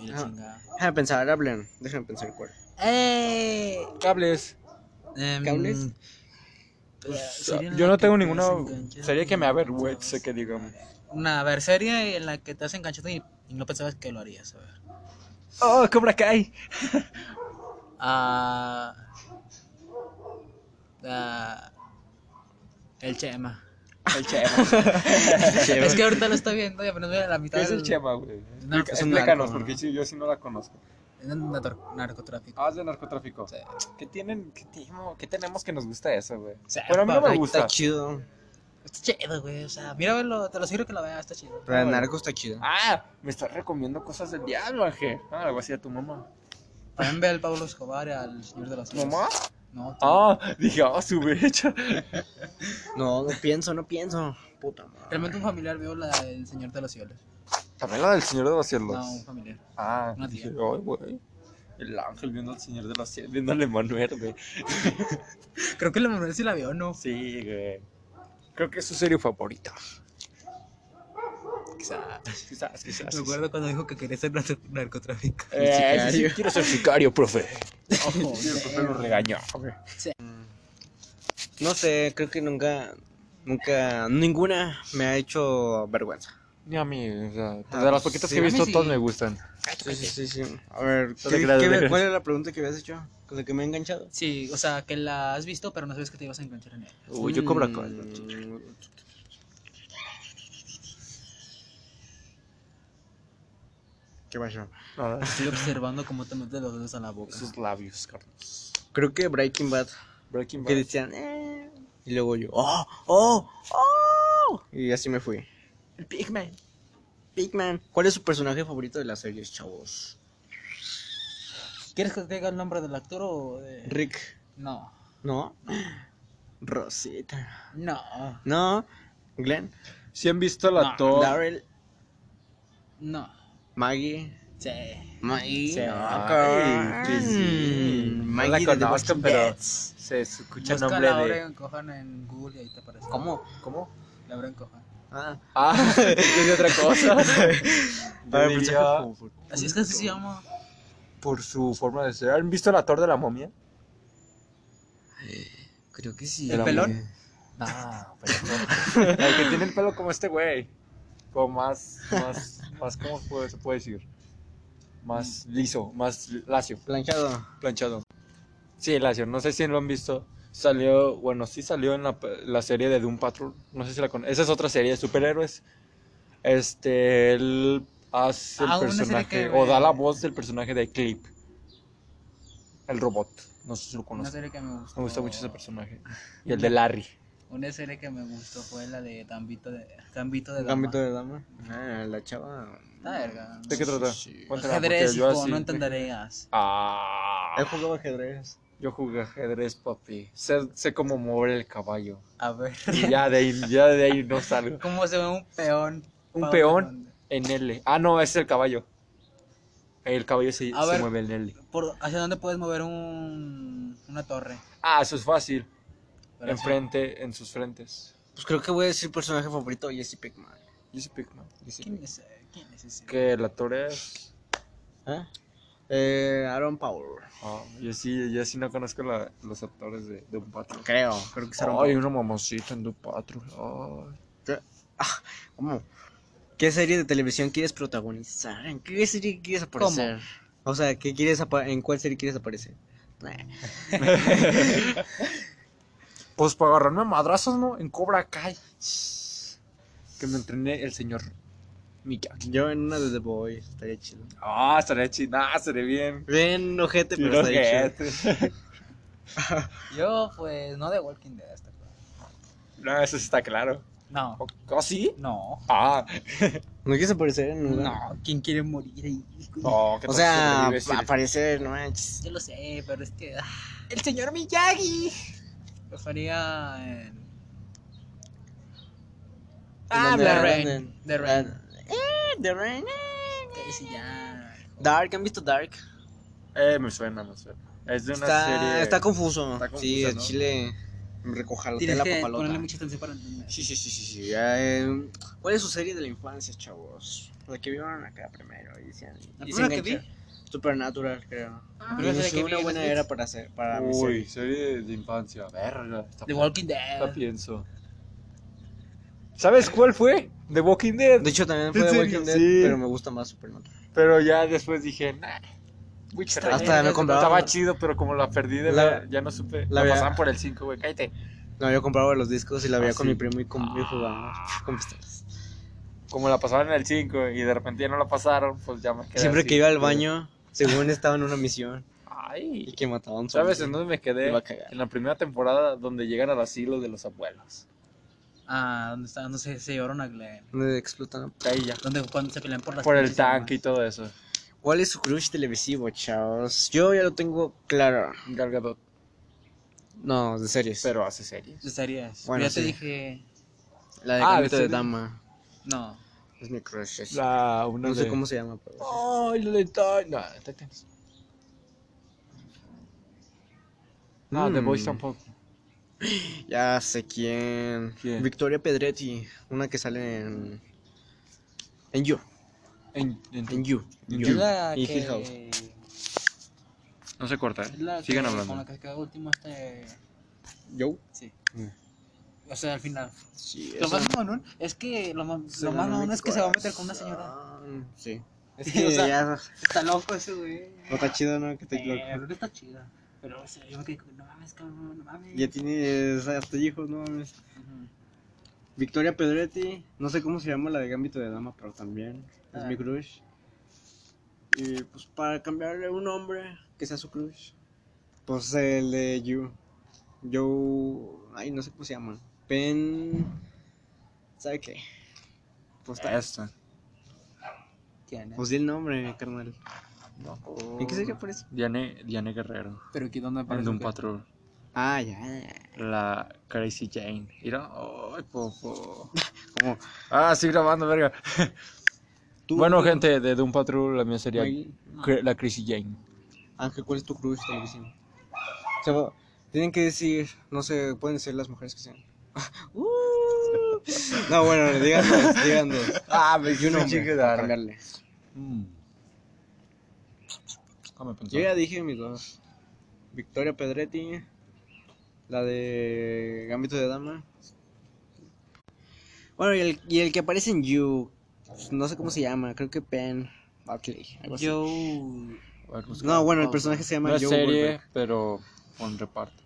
Speaker 2: Y la
Speaker 4: Ah.
Speaker 2: chingada.
Speaker 4: Déjame pensar, hablen. Déjame pensar cuál.
Speaker 2: ¡Ey!
Speaker 1: ¡Eh! Cables.
Speaker 2: Em,
Speaker 4: ¿Cables?
Speaker 2: pues, sería
Speaker 1: Yo
Speaker 2: la
Speaker 1: no
Speaker 2: que
Speaker 1: tengo
Speaker 2: te
Speaker 1: ninguna
Speaker 2: has enganchado
Speaker 1: serie que me
Speaker 2: y-
Speaker 1: avergüence que digamos.
Speaker 2: Una, a ver, serie en la que te has enganchado y, y no pensabas que lo harías, a ver.
Speaker 1: Oh, Cobra Kai.
Speaker 2: Ah, ah, el Chema.
Speaker 1: El Chema.
Speaker 2: Es que ahorita lo estoy viendo y apenas voy a la mitad.
Speaker 1: ¿Qué es el
Speaker 2: del-
Speaker 1: Chema, güey?
Speaker 2: No,
Speaker 1: Explica-
Speaker 4: es un
Speaker 1: Explícanos,
Speaker 4: narco, ¿no?
Speaker 1: porque sí, yo sí no la conozco.
Speaker 2: del nar- narcotráfico.
Speaker 1: Ah, es de narcotráfico.
Speaker 2: Sí.
Speaker 1: ¿Qué, tienen, qué, temo- qué tenemos que nos gusta eso, güey?
Speaker 2: Sí,
Speaker 1: Bueno, a mí no
Speaker 2: papá,
Speaker 1: me
Speaker 4: Ay,
Speaker 1: gusta.
Speaker 4: Está chido.
Speaker 2: Está chido, güey. O sea, míralo, te lo aseguro que lo veas, está chido.
Speaker 4: Pero el narco está chido.
Speaker 1: Ah, me estás recomiendo cosas del diablo, Ángel. Ah, algo así a tu mamá.
Speaker 2: También ve al Pablo Escobar y al Señor de las Cosas.
Speaker 1: ¿Mamá?
Speaker 2: No, tú.
Speaker 1: Ah, dije, ah, su becha.
Speaker 4: No, no pienso, no pienso. Puta madre.
Speaker 2: Realmente un familiar vio la del Señor de los Cielos.
Speaker 1: También la del Señor de los Cielos.
Speaker 2: No, un familiar.
Speaker 1: Ah,
Speaker 2: Una
Speaker 1: dije,
Speaker 2: tía.
Speaker 1: ay, güey. El ángel viendo al Señor de los Cielos, viéndole Manuel, güey.
Speaker 2: Creo que la mamá sí la vio, ¿no?
Speaker 1: Sí, güey. Creo que es su serie favorita.
Speaker 2: Quizá.
Speaker 1: Quizás, quizás.
Speaker 2: Me acuerdo cuando dijo que quería ser narco- narcotráfico.
Speaker 1: Eh, sí,
Speaker 4: sicario.
Speaker 1: sí, quiero ser sicario, profe.
Speaker 2: Ojo,
Speaker 1: Sí, el profe lo regañó, güey.
Speaker 4: No sé, creo que nunca, nunca, ninguna me ha hecho vergüenza.
Speaker 1: Ni a mí, o sea, de
Speaker 4: Ah,
Speaker 1: las poquitas
Speaker 4: sí.
Speaker 1: que he
Speaker 4: A mí
Speaker 1: visto,
Speaker 2: sí.
Speaker 1: todas me gustan.
Speaker 4: Sí, sí, sí, sí. A ver,
Speaker 1: No te
Speaker 4: ¿qué-
Speaker 1: creas,
Speaker 4: qué me-
Speaker 1: vergas.
Speaker 4: ¿cuál es la pregunta que habías hecho? ¿Con la que me he enganchado?
Speaker 2: Sí, o sea, que la has visto, pero no sabes que te ibas a enganchar en ella.
Speaker 1: Uy, yo Cobra Kai.
Speaker 4: Mm, ¿Qué pasó?
Speaker 1: Ah,
Speaker 2: Estoy observando cómo te metes los dedos a la boca.
Speaker 1: sus labios, Carlos.
Speaker 4: Creo que Breaking Bad.
Speaker 1: Breaking
Speaker 4: Que
Speaker 1: Bad.
Speaker 4: decían, eh. Y luego yo, oh, oh, oh. Y así me fui. El Pigman. Pigman. ¿Cuál es su personaje favorito de las series, chavos?
Speaker 2: ¿Quieres que te diga el nombre del actor o de...?
Speaker 4: Rick.
Speaker 2: No.
Speaker 4: No. Rosita.
Speaker 2: No.
Speaker 4: No. Glenn.
Speaker 1: Si han visto la
Speaker 2: No,
Speaker 1: top.
Speaker 4: Daryl.
Speaker 2: No.
Speaker 4: Maggie.
Speaker 2: Sí.
Speaker 4: Maggie.
Speaker 2: Sí.
Speaker 1: Ay, que sí.
Speaker 4: Mm,
Speaker 1: No la
Speaker 4: de The
Speaker 1: conozco,
Speaker 4: Walking
Speaker 1: pero
Speaker 4: Dead.
Speaker 1: se escucha el
Speaker 2: Busca
Speaker 1: nombre
Speaker 2: la
Speaker 1: de.
Speaker 2: Oren Cohan en Google y ahí te aparece.
Speaker 4: ¿Cómo?
Speaker 1: ¿Cómo?
Speaker 2: La Oren Cohan.
Speaker 4: Ah,
Speaker 1: Ah, es otra cosa.
Speaker 4: A ver, pensé que pues, como
Speaker 1: por,
Speaker 2: Así es que así se llama.
Speaker 1: por su forma de ser. ¿Han visto el actor de la momia?
Speaker 4: creo que sí.
Speaker 2: ¿El pelón?
Speaker 1: No, pero El que tiene el pelo como este güey. Como más, más, más, ¿cómo puede- se puede decir? Más liso, más lacio,
Speaker 4: Planchado.
Speaker 1: planchado. Sí, lacio. No sé si lo han visto. Salió, bueno, sí salió en la, la serie de Doom Patrol. No sé si la conocen. Esa es otra serie de superhéroes. Este, él hace
Speaker 2: Ah,
Speaker 1: el
Speaker 2: una serie
Speaker 1: personaje,
Speaker 2: que-
Speaker 1: o da la voz del personaje de Clip. El robot. No sé si lo
Speaker 2: Una
Speaker 1: conocen.
Speaker 2: serie que me gustó.
Speaker 1: Me gusta mucho ese personaje. Y el de Larry.
Speaker 2: Una serie que me gustó fue la de Gambito de Gambito de Dama.
Speaker 4: Gambito de dama. Ah, la chava.
Speaker 2: Está verga.
Speaker 1: ¿De qué trata?
Speaker 4: Sí.
Speaker 1: Cuéntala, porque
Speaker 2: Ajedrez,
Speaker 1: yo
Speaker 2: hijo,
Speaker 1: así-
Speaker 2: no entenderías.
Speaker 1: Ah.
Speaker 4: Él jugaba ajedrez.
Speaker 1: Yo jugué ajedrez, papi. Sé, sé cómo mover el caballo.
Speaker 2: A ver.
Speaker 1: Y ya de ahí, ya de ahí no salgo.
Speaker 2: ¿Cómo se ve un peón?
Speaker 1: Un
Speaker 2: Pau
Speaker 1: peón.
Speaker 2: Fernández.
Speaker 1: En L. Ah, no, es el caballo. El caballo se,
Speaker 2: A
Speaker 1: se
Speaker 2: ver.
Speaker 1: mueve en L.
Speaker 2: Por, ¿Hacia dónde puedes mover un, una torre?
Speaker 1: Ah, eso es fácil.
Speaker 2: Pero hacia-
Speaker 1: Enfrente, en sus frentes.
Speaker 4: Pues creo que voy a decir personaje favorito, Jesse Pickman.
Speaker 1: Jesse Pickman. Jesse
Speaker 2: ¿Quién
Speaker 1: Pickman.
Speaker 2: es, eh, quién es ese?
Speaker 1: Que la torre es.
Speaker 4: ¿Eh? Eh, Aaron Powell.
Speaker 1: Ah, yo sí, yo sí no conozco la- los actores de, de un patrón.
Speaker 4: Creo, creo que es Aaron
Speaker 1: Ay,
Speaker 4: Powell.
Speaker 1: una mamacita en Dupatro. Ay.
Speaker 4: ¿Cómo? ¿Qué serie de televisión quieres protagonizar? ¿En qué serie quieres aparecer? O sea, ¿qué quieres apa- ¿en cuál serie quieres aparecer? Nah.
Speaker 1: Pues para agarrarme a madrazos, ¿no? En Cobra Kai. Que me entrené el señor Miyagi.
Speaker 4: Yo en una de The Boys, estaría chido.
Speaker 1: Ah, estaré chida, estaré bien.
Speaker 4: Bien ojete, pero
Speaker 1: Pero este,
Speaker 4: estaría chido.
Speaker 1: ojete.
Speaker 2: Yo, pues, no de Walking Dead. Esta cosa.
Speaker 1: No, eso sí está claro.
Speaker 2: no,
Speaker 1: ¿O o sí?
Speaker 2: no.
Speaker 1: Ah,
Speaker 4: ¿No quieres aparecer en una?
Speaker 2: No, ¿quién quiere morir ahí?
Speaker 1: no, que
Speaker 4: O sea,
Speaker 1: sobrevives, sí.
Speaker 4: aparecer, no manches.
Speaker 2: Yo lo sé, pero es que. ah, ¡El señor Miyagi! Lo faría en. Ah,
Speaker 4: ¿Dónde?
Speaker 2: The
Speaker 4: ¿Dónde?
Speaker 2: Rain. The Rain.
Speaker 4: Eh, The Rain. eh.
Speaker 2: Que sí, ya. hijo.
Speaker 4: Dark, ¿han visto Dark?
Speaker 1: Eh, me suena, me suena. Es de una
Speaker 4: Está,
Speaker 1: serie.
Speaker 4: está confuso.
Speaker 1: Está confuso,
Speaker 4: sí, el
Speaker 1: ¿no?
Speaker 4: chile recoja la
Speaker 2: Tienes
Speaker 4: tela
Speaker 2: que
Speaker 4: papalota.
Speaker 2: ponerle mucha atención para entender.
Speaker 4: Sí, sí, sí, sí, sí. eh, ¿Cuál es su serie de la infancia, chavos? La que vieron acá primero y decían.
Speaker 2: La
Speaker 4: y se
Speaker 2: primera que vi. Ah,
Speaker 4: engancharon. Supernatural, creo.
Speaker 2: primera serie
Speaker 4: Inició
Speaker 2: que vi
Speaker 4: una
Speaker 2: en
Speaker 4: buena
Speaker 2: Netflix.
Speaker 4: era para hacer para mi
Speaker 1: Uy,
Speaker 4: serie.
Speaker 1: serie de infancia. Verga. Está
Speaker 2: The Walking Dead.
Speaker 1: La pienso. ¿Sabes cuál fue? The Walking Dead.
Speaker 4: De hecho también fue
Speaker 1: ¿En
Speaker 4: de
Speaker 1: serio?
Speaker 4: Walking Dead,
Speaker 1: Sí.
Speaker 4: pero me gusta más Supernatural.
Speaker 1: Pero ya después dije, nah. Witcher.
Speaker 4: Hasta
Speaker 1: eh,
Speaker 4: me compraba-
Speaker 1: Estaba chido, pero como la perdí de
Speaker 4: La-
Speaker 1: la- ya no supe.
Speaker 4: la
Speaker 1: La,
Speaker 4: había-
Speaker 1: pasaban por el 5, güey. Cállate.
Speaker 4: No, había comprado los discos y la veía
Speaker 1: Ah,
Speaker 4: con
Speaker 1: sí. Ah.
Speaker 4: mi primo y, con, y jugábamos con pistolas.
Speaker 1: Como la pasaban en el 5 y de repente ya no la pasaron, pues ya me quedé.
Speaker 4: Siempre
Speaker 1: así.
Speaker 4: que iba al baño, según estaba en una misión y
Speaker 1: Ay.
Speaker 4: que mataban zombies.
Speaker 1: ¿Sabes en dónde me quedé?
Speaker 4: Iba a cagar.
Speaker 1: En la primera temporada donde llegan al asilo de los abuelos.
Speaker 2: Ah, ¿dónde está? ¿Dónde se, se llevaron a Glenn?
Speaker 4: Donde explotan.
Speaker 1: Ahí ya.
Speaker 2: ¿Dónde cuando se pelean por las
Speaker 1: Por el
Speaker 2: pinches
Speaker 1: tanque y
Speaker 2: armas?
Speaker 1: todo eso.
Speaker 4: ¿Cuál es su crush televisivo, chavos? Yo ya lo tengo claro.
Speaker 1: Gal Gadot,
Speaker 4: No, de series.
Speaker 1: pero hace series.
Speaker 2: Sus áreas.
Speaker 4: Bueno,
Speaker 2: Pero ya
Speaker 4: sí.
Speaker 2: te dije.
Speaker 4: La de
Speaker 1: Ah,
Speaker 4: Gambito
Speaker 1: ¿de
Speaker 4: de
Speaker 1: series?
Speaker 4: Dama.
Speaker 2: No.
Speaker 4: Es mi crush. así.
Speaker 1: La una
Speaker 4: No sé cómo se llama, pero.
Speaker 1: Ay, la de Titan- No, de Titans. No, Ah, The
Speaker 4: Mm.
Speaker 1: Voice tampoco.
Speaker 4: Ya sé quién.
Speaker 1: ¿Quién?
Speaker 4: Victoria Pedretti. Una que sale en. En You.
Speaker 1: En- en-
Speaker 4: En You.
Speaker 1: En
Speaker 4: You.
Speaker 2: Es la
Speaker 4: Y
Speaker 2: que.
Speaker 4: Hill House.
Speaker 1: No se corta,
Speaker 2: es la
Speaker 1: ¿eh?
Speaker 2: que-
Speaker 1: Sigan
Speaker 2: Con la
Speaker 1: hablando.
Speaker 2: que se quedó último este.
Speaker 4: Yo.
Speaker 2: Sí.
Speaker 4: Mm.
Speaker 2: O sea, al final.
Speaker 4: Sí,
Speaker 2: Lo
Speaker 4: esa-
Speaker 2: más mamón es que lo, ma-
Speaker 4: esa
Speaker 2: lo más
Speaker 4: ganó mi
Speaker 2: mamón es que se va a meter con una señora.
Speaker 4: corazón. Sí. Es
Speaker 2: Sí,
Speaker 4: que
Speaker 2: o sea-
Speaker 4: ya.
Speaker 2: Está loco ese güey.
Speaker 4: No está chido, ¿no? Que te
Speaker 2: Eh, pero no está chida. Pero o sea, yo me quedé con, no mames, cabrón, no mames.
Speaker 4: Ya tienes hasta hijos, no mames.
Speaker 2: Ujú.
Speaker 4: Victoria Pedretti, no sé cómo se llama la de Gambito de Dama, pero también es
Speaker 2: Ah.
Speaker 4: mi crush. Y pues para cambiarle un nombre que sea su crush, pues el de You. Yo. Ay, no sé cómo se llama. Pen. ¿Sabe qué? Pues, ta-
Speaker 1: Esta.
Speaker 2: ¿Quién es?
Speaker 4: pues di el nombre, carnal.
Speaker 1: No. Ah,
Speaker 4: ¿En qué sería por eso?
Speaker 1: Diane, Diane Guerrero.
Speaker 2: Pero aquí dónde
Speaker 1: En
Speaker 2: aparece.
Speaker 1: un
Speaker 2: que-
Speaker 1: patrón.
Speaker 4: Ah, ya, ya.
Speaker 1: La Crazy Jane. Mira, ay, popo.
Speaker 4: Como
Speaker 1: Ah, estoy grabando, verga.
Speaker 4: tú,
Speaker 1: Bueno, gente, de Doom Patrol la mía sería
Speaker 4: Maggie.
Speaker 1: Cra- la Crazy Jane.
Speaker 4: Ángel, ¿cuál es tu crush televisivo? O sea, va- tienen que decir, no sé, pueden ser las mujeres que sean. Uh. no, bueno, digan dos, digan dos.
Speaker 1: Ah, me
Speaker 4: Y un hombre, para cambiarle.
Speaker 1: Mm. Déjame
Speaker 4: Yo
Speaker 1: pensar.
Speaker 4: ya dije mis dos. Victoria Pedretti, la de Gambito de Dama. Bueno, y el, y el que aparece en You, pues, no sé cómo se llama, creo que Penn Buckley, algo así.
Speaker 2: Yo.
Speaker 1: A ver, busca.
Speaker 4: No, bueno, el personaje se llama
Speaker 1: No es
Speaker 4: Joe
Speaker 1: serie,
Speaker 4: Goldberg.
Speaker 1: pero con reparto.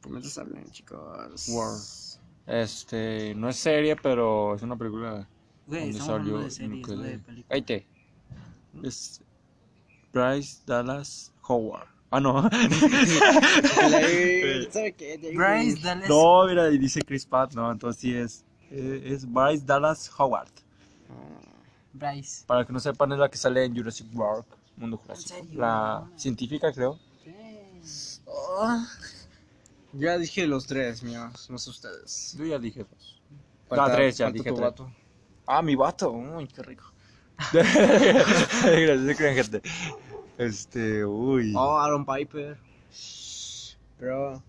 Speaker 4: Por mientras Pues hablan, chicos.
Speaker 1: War. Este, no es serie, pero es una película
Speaker 2: Güey,
Speaker 1: donde
Speaker 2: estamos hablando
Speaker 1: salió
Speaker 2: de series, no de
Speaker 1: nuclear.
Speaker 2: películas.
Speaker 1: Ahí te. Es Bryce Dallas Howard. Ah, no.
Speaker 4: Dale, ¿Sabe qué? Dale.
Speaker 2: Bryce Dallas.
Speaker 1: no, mira, y dice Chris Pratt, no, entonces sí es. eh, Es Bryce Dallas Howard.
Speaker 2: Bryce.
Speaker 1: Para que no sepan, es la que sale en Jurassic Park, Mundo Jurásico.
Speaker 2: serio?
Speaker 1: La científica, creo.
Speaker 2: Oh.
Speaker 4: Ya dije los tres, míos, no sé ustedes.
Speaker 1: Yo ya dije dos.
Speaker 4: Falta-
Speaker 1: Ah, tres, ya
Speaker 4: falta
Speaker 1: dije
Speaker 4: tu
Speaker 1: tres.
Speaker 4: vato.
Speaker 1: Ah, mi vato. Uy, qué rico. Gracias, se crean, gente. Este, uy.
Speaker 4: Oh, Aaron Piper. Pero.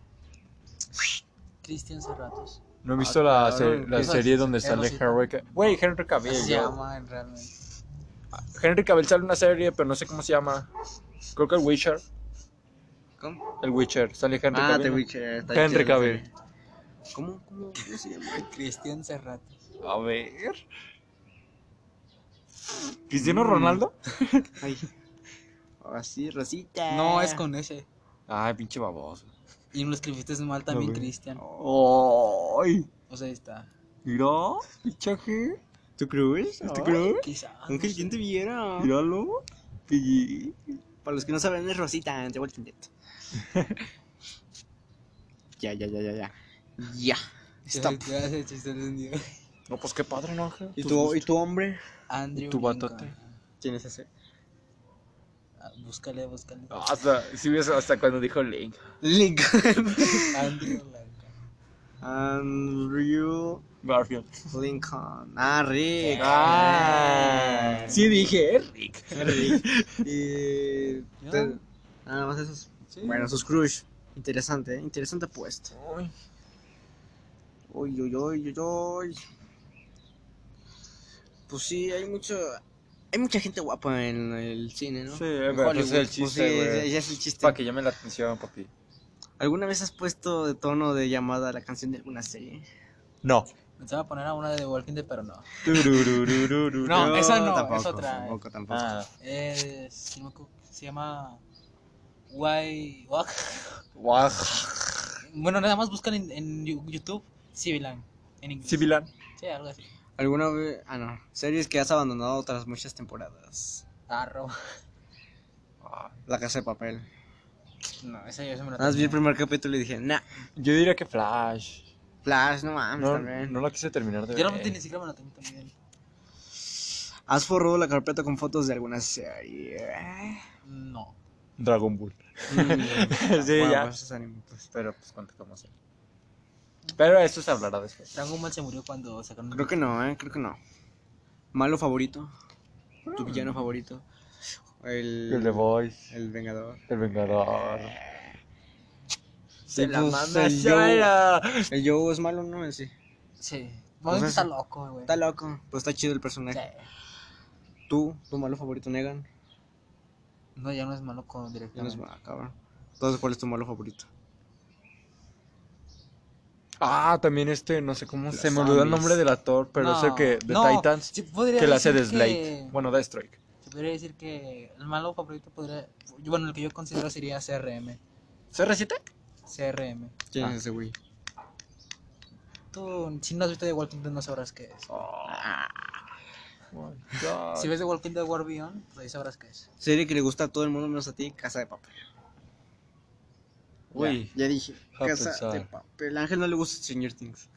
Speaker 2: Cristian Cerratos.
Speaker 1: No he visto la,
Speaker 4: Ah, claro,
Speaker 1: se- la
Speaker 4: eso
Speaker 1: serie
Speaker 2: es-
Speaker 1: donde
Speaker 2: eso
Speaker 1: sale
Speaker 2: sí.
Speaker 1: Henry Cavill. Güey, Henry Cavill.
Speaker 2: Se
Speaker 1: yo-
Speaker 2: llama realmente.
Speaker 1: Henry Cavill sale en una serie, pero no sé cómo se llama. Creo que el Witcher.
Speaker 4: ¿Cómo?
Speaker 1: El Witcher. Sale Henry
Speaker 4: ah,
Speaker 1: Cavill.
Speaker 4: The Witcher. está
Speaker 1: Henry
Speaker 4: chido,
Speaker 1: Cavill.
Speaker 4: sí. ¿Cómo, cómo, cómo se llama?
Speaker 2: Cristian Cerratos.
Speaker 1: A ver. ¿Cristiano Ronaldo?
Speaker 4: Ay. Así, Rosita.
Speaker 2: No, es con ese.
Speaker 1: Ay, pinche baboso.
Speaker 2: Y lo escribiste mal también,
Speaker 1: güey.
Speaker 2: Cristian.
Speaker 1: Ay,
Speaker 2: O sea, ahí está.
Speaker 1: mira, pichaje.
Speaker 4: ¿Tú crees? ¿Tú crees?
Speaker 2: Quizá. no
Speaker 4: Ángel,
Speaker 2: sé.
Speaker 4: ¿quién te viera?
Speaker 1: Míralo. Y-
Speaker 4: Para los que no saben, es Rosita, te Walking Dead. ya, ya, ya, ya, ya. Ya.
Speaker 2: Ya-
Speaker 4: Stop.
Speaker 2: ya ese chiste lo entendió.
Speaker 1: No, pues qué padre, ¿no, Ángel?
Speaker 4: ¿Y tu, ¿Y tu hombre?
Speaker 2: Andrew.
Speaker 1: Tu
Speaker 2: Lincoln.
Speaker 1: batote.
Speaker 4: ¿Quién es ese?
Speaker 2: Ah, Búscale, búscale.
Speaker 1: Hasta, si ves, hasta cuando dijo Link.
Speaker 4: Link.
Speaker 2: Andrew Blanca.
Speaker 4: Andrew
Speaker 1: Garfield.
Speaker 4: Lincoln. Ah, Rick.
Speaker 1: Ah. Sí dije, Rick.
Speaker 4: Y. te- Nada más esos. Bueno, sus crush. Interesante, ¿eh? interesante apuesta.
Speaker 1: Ay.
Speaker 4: Uy, uy, uy, uy, uy. Pues sí, hay mucho. Hay mucha gente guapa en el cine, ¿no?
Speaker 1: Sí, pero
Speaker 4: En
Speaker 1: pues
Speaker 4: Hollywood.
Speaker 1: es el
Speaker 4: Pues
Speaker 1: chiste,
Speaker 4: sí,
Speaker 1: güey.
Speaker 4: ya- ya es el chiste.
Speaker 1: Para que llame la atención, papi.
Speaker 4: ¿Alguna vez has puesto de tono de llamada la canción de alguna serie?
Speaker 1: No.
Speaker 2: Pensaba poner a una de The Walking Dead, pero no.
Speaker 1: No.
Speaker 2: No. esa es otra,
Speaker 4: Tampoco, tampoco.
Speaker 1: Ah,
Speaker 2: Es. no me acuerdo, Se llama. Why. Wag-
Speaker 1: wow.
Speaker 2: Bueno, nada más buscan en, en Yu- YouTube Civilan. En inglés.
Speaker 1: Civilán.
Speaker 2: Sí, algo así.
Speaker 4: ¿Alguna vez.? Ah, no. Series que has abandonado tras muchas temporadas.
Speaker 2: Arro.
Speaker 4: La casa de papel.
Speaker 2: No, esa yo se me la
Speaker 4: Nada más vi el
Speaker 2: terminé.
Speaker 4: primer capítulo y dije, nah.
Speaker 1: Yo diría que Flash.
Speaker 4: Flash, no mames,
Speaker 1: No,
Speaker 4: también.
Speaker 1: no la quise terminar de
Speaker 2: Yo
Speaker 1: ver.
Speaker 2: realmente ni siquiera me la tengo también.
Speaker 4: ¿Has forrado la carpeta con fotos de alguna serie?
Speaker 2: No.
Speaker 1: Dragon Ball. sí,
Speaker 4: Bueno,
Speaker 1: ya.
Speaker 4: pues, es anime, pues.
Speaker 1: Pero pues cuánto cómo hacer. Pero eso se hablará después.
Speaker 2: Dragon Ball se murió cuando sacaron.
Speaker 4: Creo que no, eh, creo que no. Malo favorito. Tu
Speaker 2: Mm.
Speaker 4: villano favorito. El,
Speaker 1: El The Voice,
Speaker 4: el Vengador.
Speaker 1: El Vengador.
Speaker 4: Se la
Speaker 1: pues,
Speaker 4: manda
Speaker 1: el
Speaker 4: sola.
Speaker 1: Joe.
Speaker 4: El Joe es malo, ¿no? En sí.
Speaker 2: Sí.
Speaker 4: Pues
Speaker 2: Vos
Speaker 4: ese-
Speaker 2: está loco, güey.
Speaker 4: Está loco, eh. pero está chido el
Speaker 2: Sí.
Speaker 4: personaje. Tú, tu malo favorito, Negan.
Speaker 2: No, ya no es malo con
Speaker 4: Ya no es
Speaker 2: directamente.
Speaker 4: malo, cabrón. Entonces, ¿cuál es tu malo favorito?
Speaker 1: Ah, también este, no sé cómo
Speaker 4: Los
Speaker 1: se me olvidó el
Speaker 4: zombies.
Speaker 1: nombre del actor, pero es el que de
Speaker 2: no,
Speaker 1: Titans
Speaker 2: sí podría
Speaker 1: que la hace de
Speaker 2: decir
Speaker 1: Slade.
Speaker 2: que-
Speaker 1: Bueno, Deathstroke.
Speaker 2: Se podría decir que el malo favorito podría. yo- Bueno, el que yo considero sería CRM.
Speaker 1: ¿CR7?
Speaker 2: CRM.
Speaker 4: ¿Quién
Speaker 1: Ah.
Speaker 4: es ese güey?
Speaker 2: Tú, si no has visto The Walking Dead, no sabrás qué es.
Speaker 1: Oh. My God.
Speaker 2: Si ves The Walking Dead War Beyond, pues ahí sabrás qué es.
Speaker 4: Serie que le gusta a todo el mundo menos a ti, Casa de Papel.
Speaker 1: Uy.
Speaker 4: Ya, ya dije,
Speaker 1: a
Speaker 4: Casa
Speaker 1: pensar.
Speaker 4: de Papel. Ángel no le gusta ah. Stranger Things.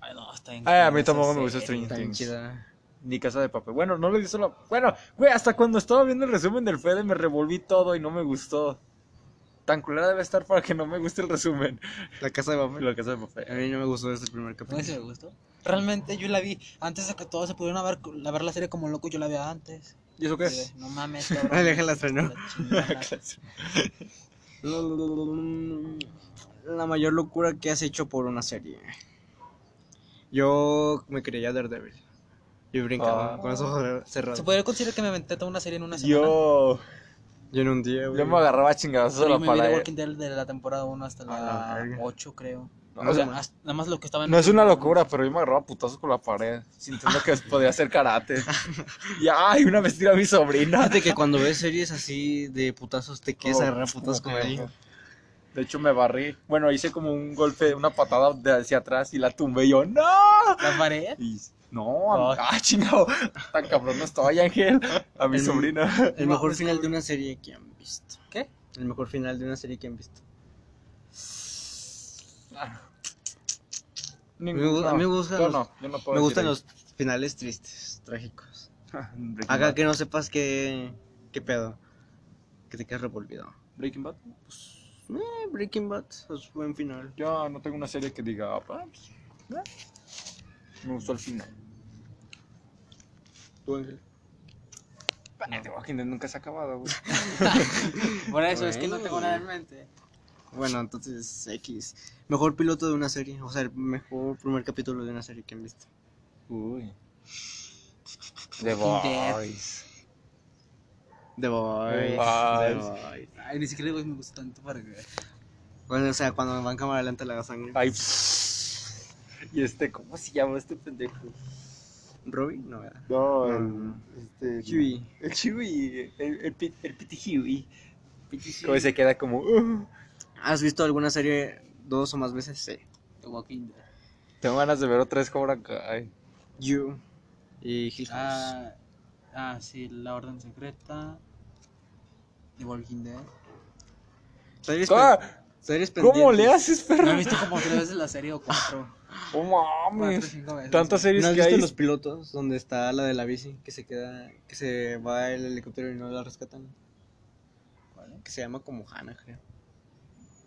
Speaker 2: Ay, no, está bien.
Speaker 1: Ay, a mí
Speaker 2: esa
Speaker 1: tampoco me gusta
Speaker 2: serie.
Speaker 1: Stranger
Speaker 4: Tan
Speaker 1: Things.
Speaker 4: chida.
Speaker 1: Ni Casa de Papel. Bueno, no le di solo. Bueno, güey, hasta cuando estaba viendo el resumen del Fede me revolví todo y no me gustó. Tan culera debe estar para que no me guste el resumen.
Speaker 4: La casa de papel.
Speaker 1: Lo que hace el papel.
Speaker 4: A mí no me gustó este primer
Speaker 2: ¿No
Speaker 4: capítulo.
Speaker 2: ese me gustó? Realmente yo la vi antes de que todos se pudieran ver, la ver la serie como loco, yo la veía antes.
Speaker 1: ¿Y eso qué
Speaker 2: Sí,
Speaker 1: es?
Speaker 2: No mames, cabrón.
Speaker 4: Aleja la estrenó.
Speaker 2: La chingada.
Speaker 4: La mayor locura que has hecho por una serie. Yo me creía Daredevil. Yo brincaba
Speaker 1: Ah.
Speaker 4: con los ojos cerrados.
Speaker 2: ¿Se podría considerar que me aventé toda una serie en una semana?
Speaker 1: Yo,
Speaker 4: Yo en un día, güey.
Speaker 1: yo me agarraba chingados
Speaker 2: Pero
Speaker 1: a
Speaker 2: yo
Speaker 1: la
Speaker 2: me vi de
Speaker 1: pared.
Speaker 2: Walking Dead de la temporada 1 hasta
Speaker 4: A la
Speaker 2: la
Speaker 4: verga.
Speaker 2: 8, creo.
Speaker 1: Ah, No,
Speaker 2: O
Speaker 1: o
Speaker 2: sea,
Speaker 1: sea,
Speaker 2: hasta- nada más lo que estaba en
Speaker 1: No es una locura, pero yo me agarraba a putazos con la pared, sintiendo que podía hacer karate. Y ay, una vez tiré a mi sobrina.
Speaker 4: Fíjate que cuando ves series así de putazos, te quieres
Speaker 1: Oh,
Speaker 4: agarrar a putazos con
Speaker 1: ok,
Speaker 4: alguien.
Speaker 1: ok. De hecho, me barrí. Bueno, hice como un golpe, una patada de hacia atrás y la tumbé. Y yo, ¡No!
Speaker 2: ¿La pared?
Speaker 1: Y, no, a- ah, chingado. Tan cabrón no estaba, Ángel. A mi
Speaker 4: El-
Speaker 1: sobrina.
Speaker 4: El mejor final de una serie que han visto.
Speaker 2: ¿Qué?
Speaker 4: El mejor final de una serie que han visto. me gu- a mí me gustan
Speaker 1: Yo
Speaker 4: los-
Speaker 1: Ah. no, yo no puedo
Speaker 4: Me gustan
Speaker 1: decir
Speaker 4: los finales tristes, trágicos.
Speaker 1: ahí. Breaking
Speaker 4: Haga
Speaker 1: Bad.
Speaker 4: que no sepas qué, qué pedo. Que te quedes revolvido.
Speaker 1: Breaking Bad.
Speaker 4: Eh, Breaking Bad es buen final.
Speaker 1: Yo no tengo una serie que diga. ah, pues, eh. Me gustó el final.
Speaker 4: ¿Tú, Ángel?
Speaker 1: The Walking Dead nunca se ha acabado, güey.
Speaker 2: Por eso, es que no
Speaker 4: Bueno.
Speaker 2: tengo nada en mente.
Speaker 4: Bueno, entonces X. Mejor piloto de una serie. O sea, el mejor primer capítulo de una serie que han visto.
Speaker 1: Uy. The
Speaker 2: Walking Dead.
Speaker 1: Boys.
Speaker 4: The Boys.
Speaker 1: The
Speaker 4: The
Speaker 1: Boys.
Speaker 4: Boys.
Speaker 2: Ay, ni siquiera me gustó tanto para que...
Speaker 4: Bueno, o sea, cuando van cámara adelante la sangre.
Speaker 1: Ay, pff. y este, ¿cómo se llama este pendejo?
Speaker 4: Robbie, no, ¿verdad?
Speaker 1: No,
Speaker 4: el-
Speaker 1: Este,
Speaker 4: Huey.
Speaker 1: El Chewie. El, el, Pit- el Pity Huey. Como se queda como. "Uh".
Speaker 4: ¿Has visto alguna serie dos o más veces? Sí.
Speaker 2: The Walking Dead.
Speaker 1: Tengo ganas de ver otra vez Cobra Kai.
Speaker 4: You. Y Hill House.
Speaker 2: Ah, ah, sí, La Orden Secreta. The Walking Dead.
Speaker 4: Series,
Speaker 1: Ah,
Speaker 4: pen- series
Speaker 1: ¿Cómo
Speaker 4: este, pendientes.
Speaker 1: le haces,
Speaker 2: No
Speaker 1: perro?
Speaker 2: he visto como tres veces la serie o cuatro.
Speaker 4: Ah,
Speaker 1: Oh,
Speaker 2: cuatro,
Speaker 1: mames.
Speaker 2: cinco veces.
Speaker 1: Tantas series
Speaker 4: ¿No has
Speaker 1: que
Speaker 4: visto
Speaker 1: hay.
Speaker 4: los pilotos donde está la de la bici que se queda, que se va el helicóptero y no la rescatan?
Speaker 2: ¿Cuál?
Speaker 4: Que se llama como Hannah, creo.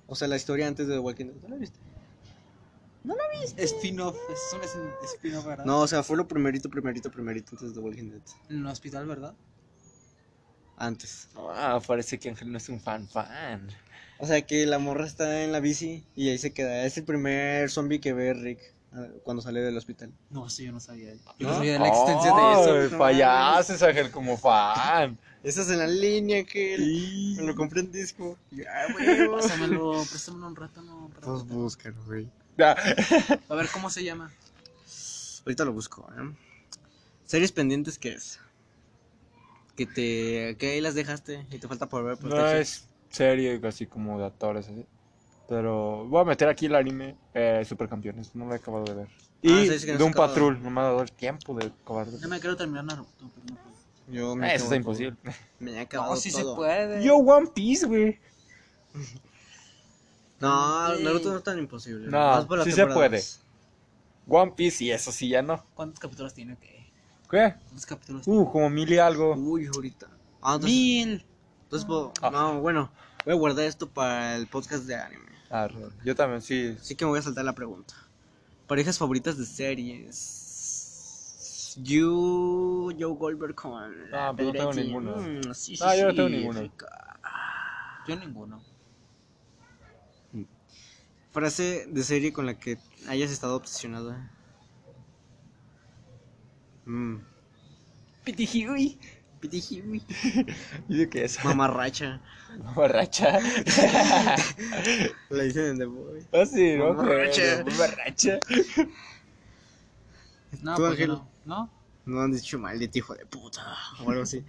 Speaker 4: O sea, la historia antes de The Walking Dead, ¿no la viste?
Speaker 2: Spin-off, es un es- spin-off, ¿verdad?
Speaker 4: No, o sea, fue lo primerito, primerito, primerito antes de The Walking Dead.
Speaker 2: En el hospital, ¿verdad?
Speaker 4: Antes.
Speaker 1: Ah, parece que Ángel no es un fan fan.
Speaker 4: O sea, que la morra está en la bici y ahí se queda. Es el primer zombie que ve Rick ah, cuando sale del hospital.
Speaker 2: No, eso yo no sabía. Yo
Speaker 4: ¿No? Ah,
Speaker 2: no sabía de la existencia de eso.
Speaker 4: eso, no
Speaker 1: Payases, Ángel, como fan.
Speaker 4: Esa es en la línea que
Speaker 1: Y-
Speaker 4: me lo compré en disco. Y yo, "Ah, huevo".
Speaker 2: Pásamelo, préstamelo un rato, no, un rato.
Speaker 4: Pues búscalo, güey.
Speaker 1: Ah,
Speaker 4: Pues-
Speaker 2: A ver cómo se llama.
Speaker 4: Ahorita lo busco, ¿eh? Series pendientes, ¿qué es? Que te. que ahí las dejaste y te falta por ver. pues,
Speaker 1: No
Speaker 4: te-
Speaker 1: es serie así como de actores así. Pero voy a meter aquí el anime eh, Supercampeones, no lo he acabado de ver.
Speaker 2: Ah,
Speaker 1: Y
Speaker 4: sí, sí que no
Speaker 1: de
Speaker 4: has
Speaker 1: un
Speaker 4: acabado.
Speaker 1: patrul, no me ha dado el tiempo de acabar. de-
Speaker 2: Ya me quiero terminar Naruto, pero no puedo.
Speaker 4: Yo
Speaker 1: Ah, eso
Speaker 4: acabo
Speaker 1: está
Speaker 4: de-
Speaker 1: imposible.
Speaker 4: Me he acabado
Speaker 2: No, sí se
Speaker 4: todo.
Speaker 2: puede.
Speaker 1: Yo One Piece, güey.
Speaker 4: No,
Speaker 2: Sí.
Speaker 4: Naruto no es tan imposible.
Speaker 1: No,
Speaker 4: vas por la
Speaker 1: sí se
Speaker 4: temporada
Speaker 1: puede.
Speaker 4: dos.
Speaker 1: One Piece y eso sí ya no.
Speaker 2: ¿Cuántos capítulos tiene? ¿Qué?
Speaker 1: ¿Qué?
Speaker 2: ¿Cuántos capítulos
Speaker 1: Uh, como mil y algo.
Speaker 4: Uy, ahorita. Ah,
Speaker 2: tiene?
Speaker 4: entonces,
Speaker 2: Mil.
Speaker 4: entonces puedo-
Speaker 1: Ah.
Speaker 4: No, bueno, voy a guardar esto para el podcast de anime.
Speaker 1: Arre, Ah, yo también, sí.
Speaker 4: Así que me voy a saltar la pregunta. Parejas favoritas de series. You, Joe Goldberg con.
Speaker 1: Ah, pero no tengo
Speaker 4: Betty.
Speaker 1: ninguna.
Speaker 4: Mm, sí, sí,
Speaker 1: Ah, yo no
Speaker 4: sí,
Speaker 1: tengo ninguna.
Speaker 4: rica.
Speaker 2: Yo ninguno.
Speaker 4: Frase de serie con la que hayas estado obsesionada. Mm.
Speaker 1: Piti Huey. ¿Y de qué es?
Speaker 4: Mamarracha.
Speaker 1: Borracha.
Speaker 4: La dicen en The Boy.
Speaker 1: Ah, sí, ¿no?
Speaker 4: Borracha.
Speaker 1: Borracha.
Speaker 2: No,
Speaker 4: ¿Tú,
Speaker 2: pues yo
Speaker 4: Ángel?
Speaker 2: no. ¿No?
Speaker 4: No han dicho mal de ti, hijo de puta. O algo así.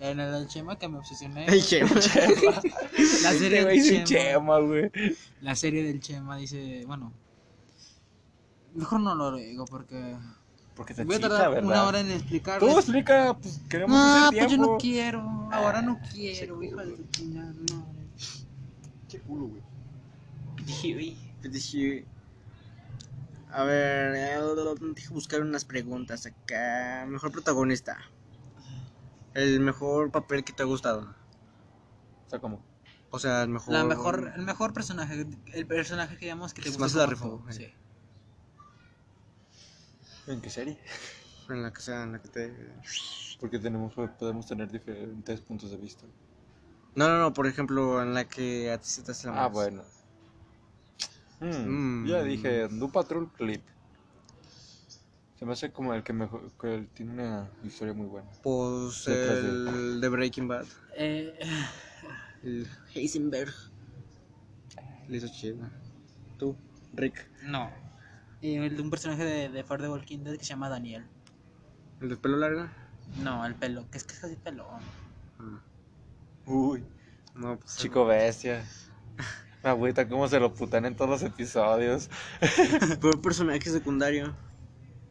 Speaker 2: En el del Chema que me obsesioné.
Speaker 4: Ay, qué
Speaker 2: La
Speaker 1: Este
Speaker 2: serie
Speaker 1: güey es
Speaker 2: del
Speaker 1: un
Speaker 2: Chema.
Speaker 1: chema, güey.
Speaker 2: La serie del Chema dice, bueno. Mejor no lo digo porque
Speaker 1: Porque te
Speaker 2: voy a
Speaker 1: excita,
Speaker 2: tardar
Speaker 1: ¿verdad?
Speaker 2: una hora en explicarlo.
Speaker 1: Todo explica, pues queremos hacer
Speaker 2: Ah, pues yo
Speaker 1: tiempo.
Speaker 2: no quiero. Ahora no
Speaker 4: Ah,
Speaker 2: quiero,
Speaker 4: se
Speaker 2: hijo de tu chingada madre.
Speaker 4: Dije, A ver, eh, dije buscar unas preguntas acá. Mejor protagonista. El mejor papel que te ha gustado.
Speaker 1: O sea, como.
Speaker 4: O sea, el mejor.
Speaker 2: La mejor, el mejor personaje, el personaje que digamos que te
Speaker 4: Es
Speaker 2: gusta.
Speaker 4: más la
Speaker 2: como
Speaker 4: rifó,
Speaker 2: tú,
Speaker 4: eh.
Speaker 2: sí.
Speaker 1: ¿En qué serie?
Speaker 4: En la que sea, en la que te.
Speaker 1: Porque tenemos, podemos tener diferentes puntos de vista.
Speaker 4: No, no, no, por ejemplo, en la que a ti se te hace la
Speaker 1: Ah,
Speaker 4: más.
Speaker 1: bueno.
Speaker 2: Hmm.
Speaker 4: Mm.
Speaker 1: Hmm, Ya dije, Du Patrol Clip. Se me hace como el que, mejor, que el- tiene una historia muy buena.
Speaker 4: Pues
Speaker 1: Detrás de-
Speaker 4: el de Breaking Bad.
Speaker 2: Eh,
Speaker 4: El Heisenberg. Le hizo chido. Tú, Rick.
Speaker 2: no. Eh, el de un personaje de, de Far The Walking Dead que se llama Daniel.
Speaker 4: El de pelo largo.
Speaker 2: No, el pelo, que es que es casi pelo.
Speaker 4: Ah,
Speaker 1: Uy,
Speaker 4: No, pues.
Speaker 1: chico bestia. Me agüita cómo se lo putan en todos los episodios.
Speaker 4: Peor personaje secundario.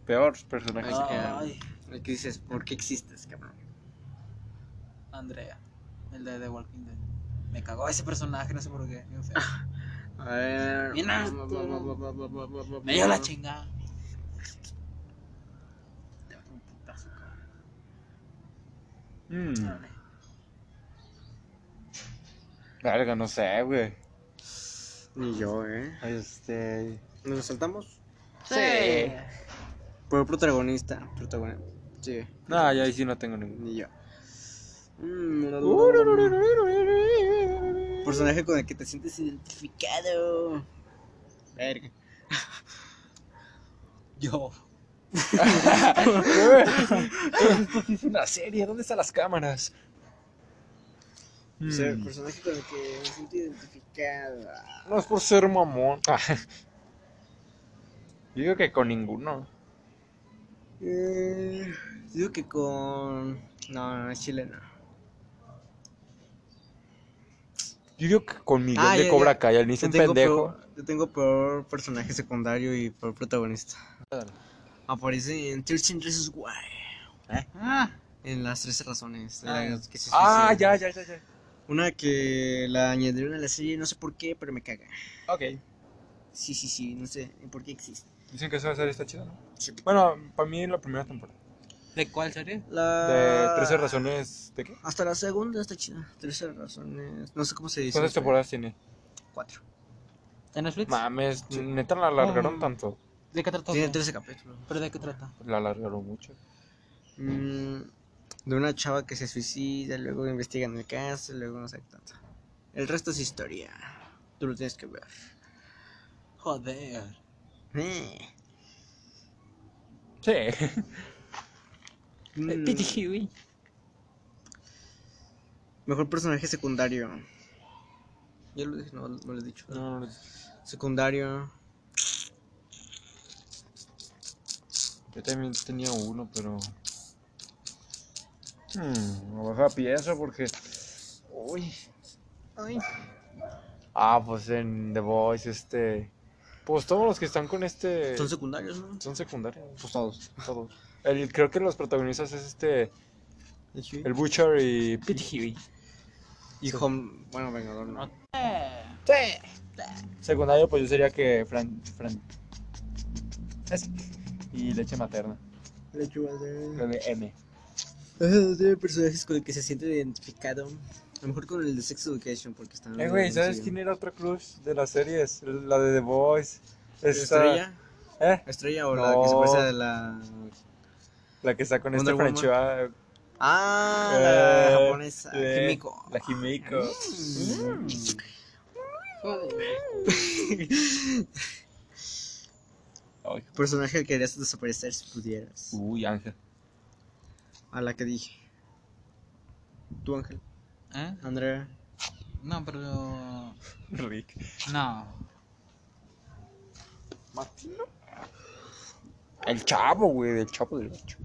Speaker 1: Peor personaje.
Speaker 4: Ay, Ah.
Speaker 2: Ay,
Speaker 4: El que dices, ¿por qué existes, cabrón?
Speaker 2: Andrea, el de The Walking Dead. Me cagó ese personaje, no sé por qué. bien feo.
Speaker 4: A ver.
Speaker 2: Bien alto. Me dio la chingada. Te meto un putazo, cabrón.
Speaker 1: Mm,
Speaker 2: Órale.
Speaker 1: verga, no sé, güey.
Speaker 4: Ni yo, eh.
Speaker 1: Este.
Speaker 4: ¿Nos lo saltamos?
Speaker 2: Sí.
Speaker 4: Peor protagonista. Protagonista. Sí,
Speaker 1: No, ya ahí sí no tengo ninguno.
Speaker 4: ni yo. Mm, Personaje con el que te sientes identificado. Verga.
Speaker 2: Yo.
Speaker 1: Una serie, ¿dónde están las cámaras?
Speaker 4: O sea,
Speaker 1: Mm.
Speaker 4: personaje con el que me siento identificado.
Speaker 1: No es por ser mamón. Ah. Yo digo que con ninguno.
Speaker 4: Eh, digo que con. No, no, es chileno.
Speaker 1: Yo digo que con Miguel
Speaker 4: Ah,
Speaker 1: de
Speaker 4: ya,
Speaker 1: Cobra
Speaker 4: ya.
Speaker 1: Kai, el mismo pendejo.
Speaker 4: Peor, yo tengo peor personaje secundario y peor protagonista. Aparece en 13 Reasons Why.
Speaker 2: Ah,
Speaker 4: En las 13 razones. de
Speaker 2: Ah,
Speaker 4: las que se
Speaker 1: Ah,
Speaker 4: suicidan.
Speaker 1: ya, ya, ya, ya.
Speaker 4: Una que la añadieron a la serie, no sé por qué, pero me caga.
Speaker 1: Ok.
Speaker 4: Sí, sí, sí, no sé ni por qué existe.
Speaker 1: Dicen que esa serie está chida, ¿no?
Speaker 4: Sí.
Speaker 1: Bueno, para mí la primera temporada.
Speaker 2: ¿De cuál serie?
Speaker 4: La...
Speaker 1: De 13 razones. ¿De qué?
Speaker 4: Hasta la segunda está chida. 13 razones. No sé cómo se dice.
Speaker 1: ¿Cuántas temporadas tiene?
Speaker 4: Cuatro.
Speaker 2: ¿De Netflix?
Speaker 1: Mames, neta la alargaron
Speaker 2: Mm.
Speaker 1: tanto.
Speaker 2: ¿De qué trata?
Speaker 4: Tiene 13 capítulos.
Speaker 2: ¿Pero de qué trata?
Speaker 1: La alargaron mucho.
Speaker 4: Mm, de una chava que se suicida, luego investigan el caso, luego no sé qué tanto. El resto es historia. Tú lo tienes que ver.
Speaker 2: Joder.
Speaker 4: Eh.
Speaker 1: Sí. Eh,
Speaker 4: Mm, Mejor personaje secundario. Yo lo dije, no, no lo he dicho.
Speaker 1: No, no,
Speaker 4: Secundario.
Speaker 1: Yo también tenía uno, pero. Hmm, baja pieza porque. Uy.
Speaker 4: Ay.
Speaker 1: Ah, pues en The Voice, este. Pues todos los que están con este.
Speaker 4: Son secundarios, ¿no?
Speaker 1: Son secundarios.
Speaker 4: Pues todos.
Speaker 1: Todos. El, creo que los protagonistas es este. El Butcher y Pete Huey.
Speaker 4: Y Home. Bueno, vengador,
Speaker 1: Ah.
Speaker 4: no.
Speaker 1: Secundario, pues yo sería que Fran. Fran... es- Y leche materna.
Speaker 4: Lechuga.
Speaker 1: de M.
Speaker 4: Tiene personajes con el que se siente identificado. A lo mejor con el de Sex Education, porque están.
Speaker 1: Eh, güey, ¿sabes quién era otra crush de las series? La de The Voice. Esta-
Speaker 4: ¿Estrella?
Speaker 1: ¿Eh?
Speaker 4: ¿Estrella o la que se
Speaker 1: No.
Speaker 4: parece a la.
Speaker 1: La que está con
Speaker 4: Wonder
Speaker 1: este
Speaker 4: Woman.
Speaker 1: Frenchua.
Speaker 4: Ah,
Speaker 1: Eh,
Speaker 4: la Mm. japonesa.
Speaker 1: eh,
Speaker 4: Kimiko.
Speaker 1: La Mm. Jimico. Ay.
Speaker 4: Personaje que querías desaparecer si pudieras.
Speaker 1: Uy, Ángel.
Speaker 4: A la que dije. Tú, Ángel.
Speaker 2: ¿Eh?
Speaker 4: Andrea.
Speaker 2: No, pero.
Speaker 1: Rick.
Speaker 2: No.
Speaker 1: El chavo, güey, el chavo del ocho.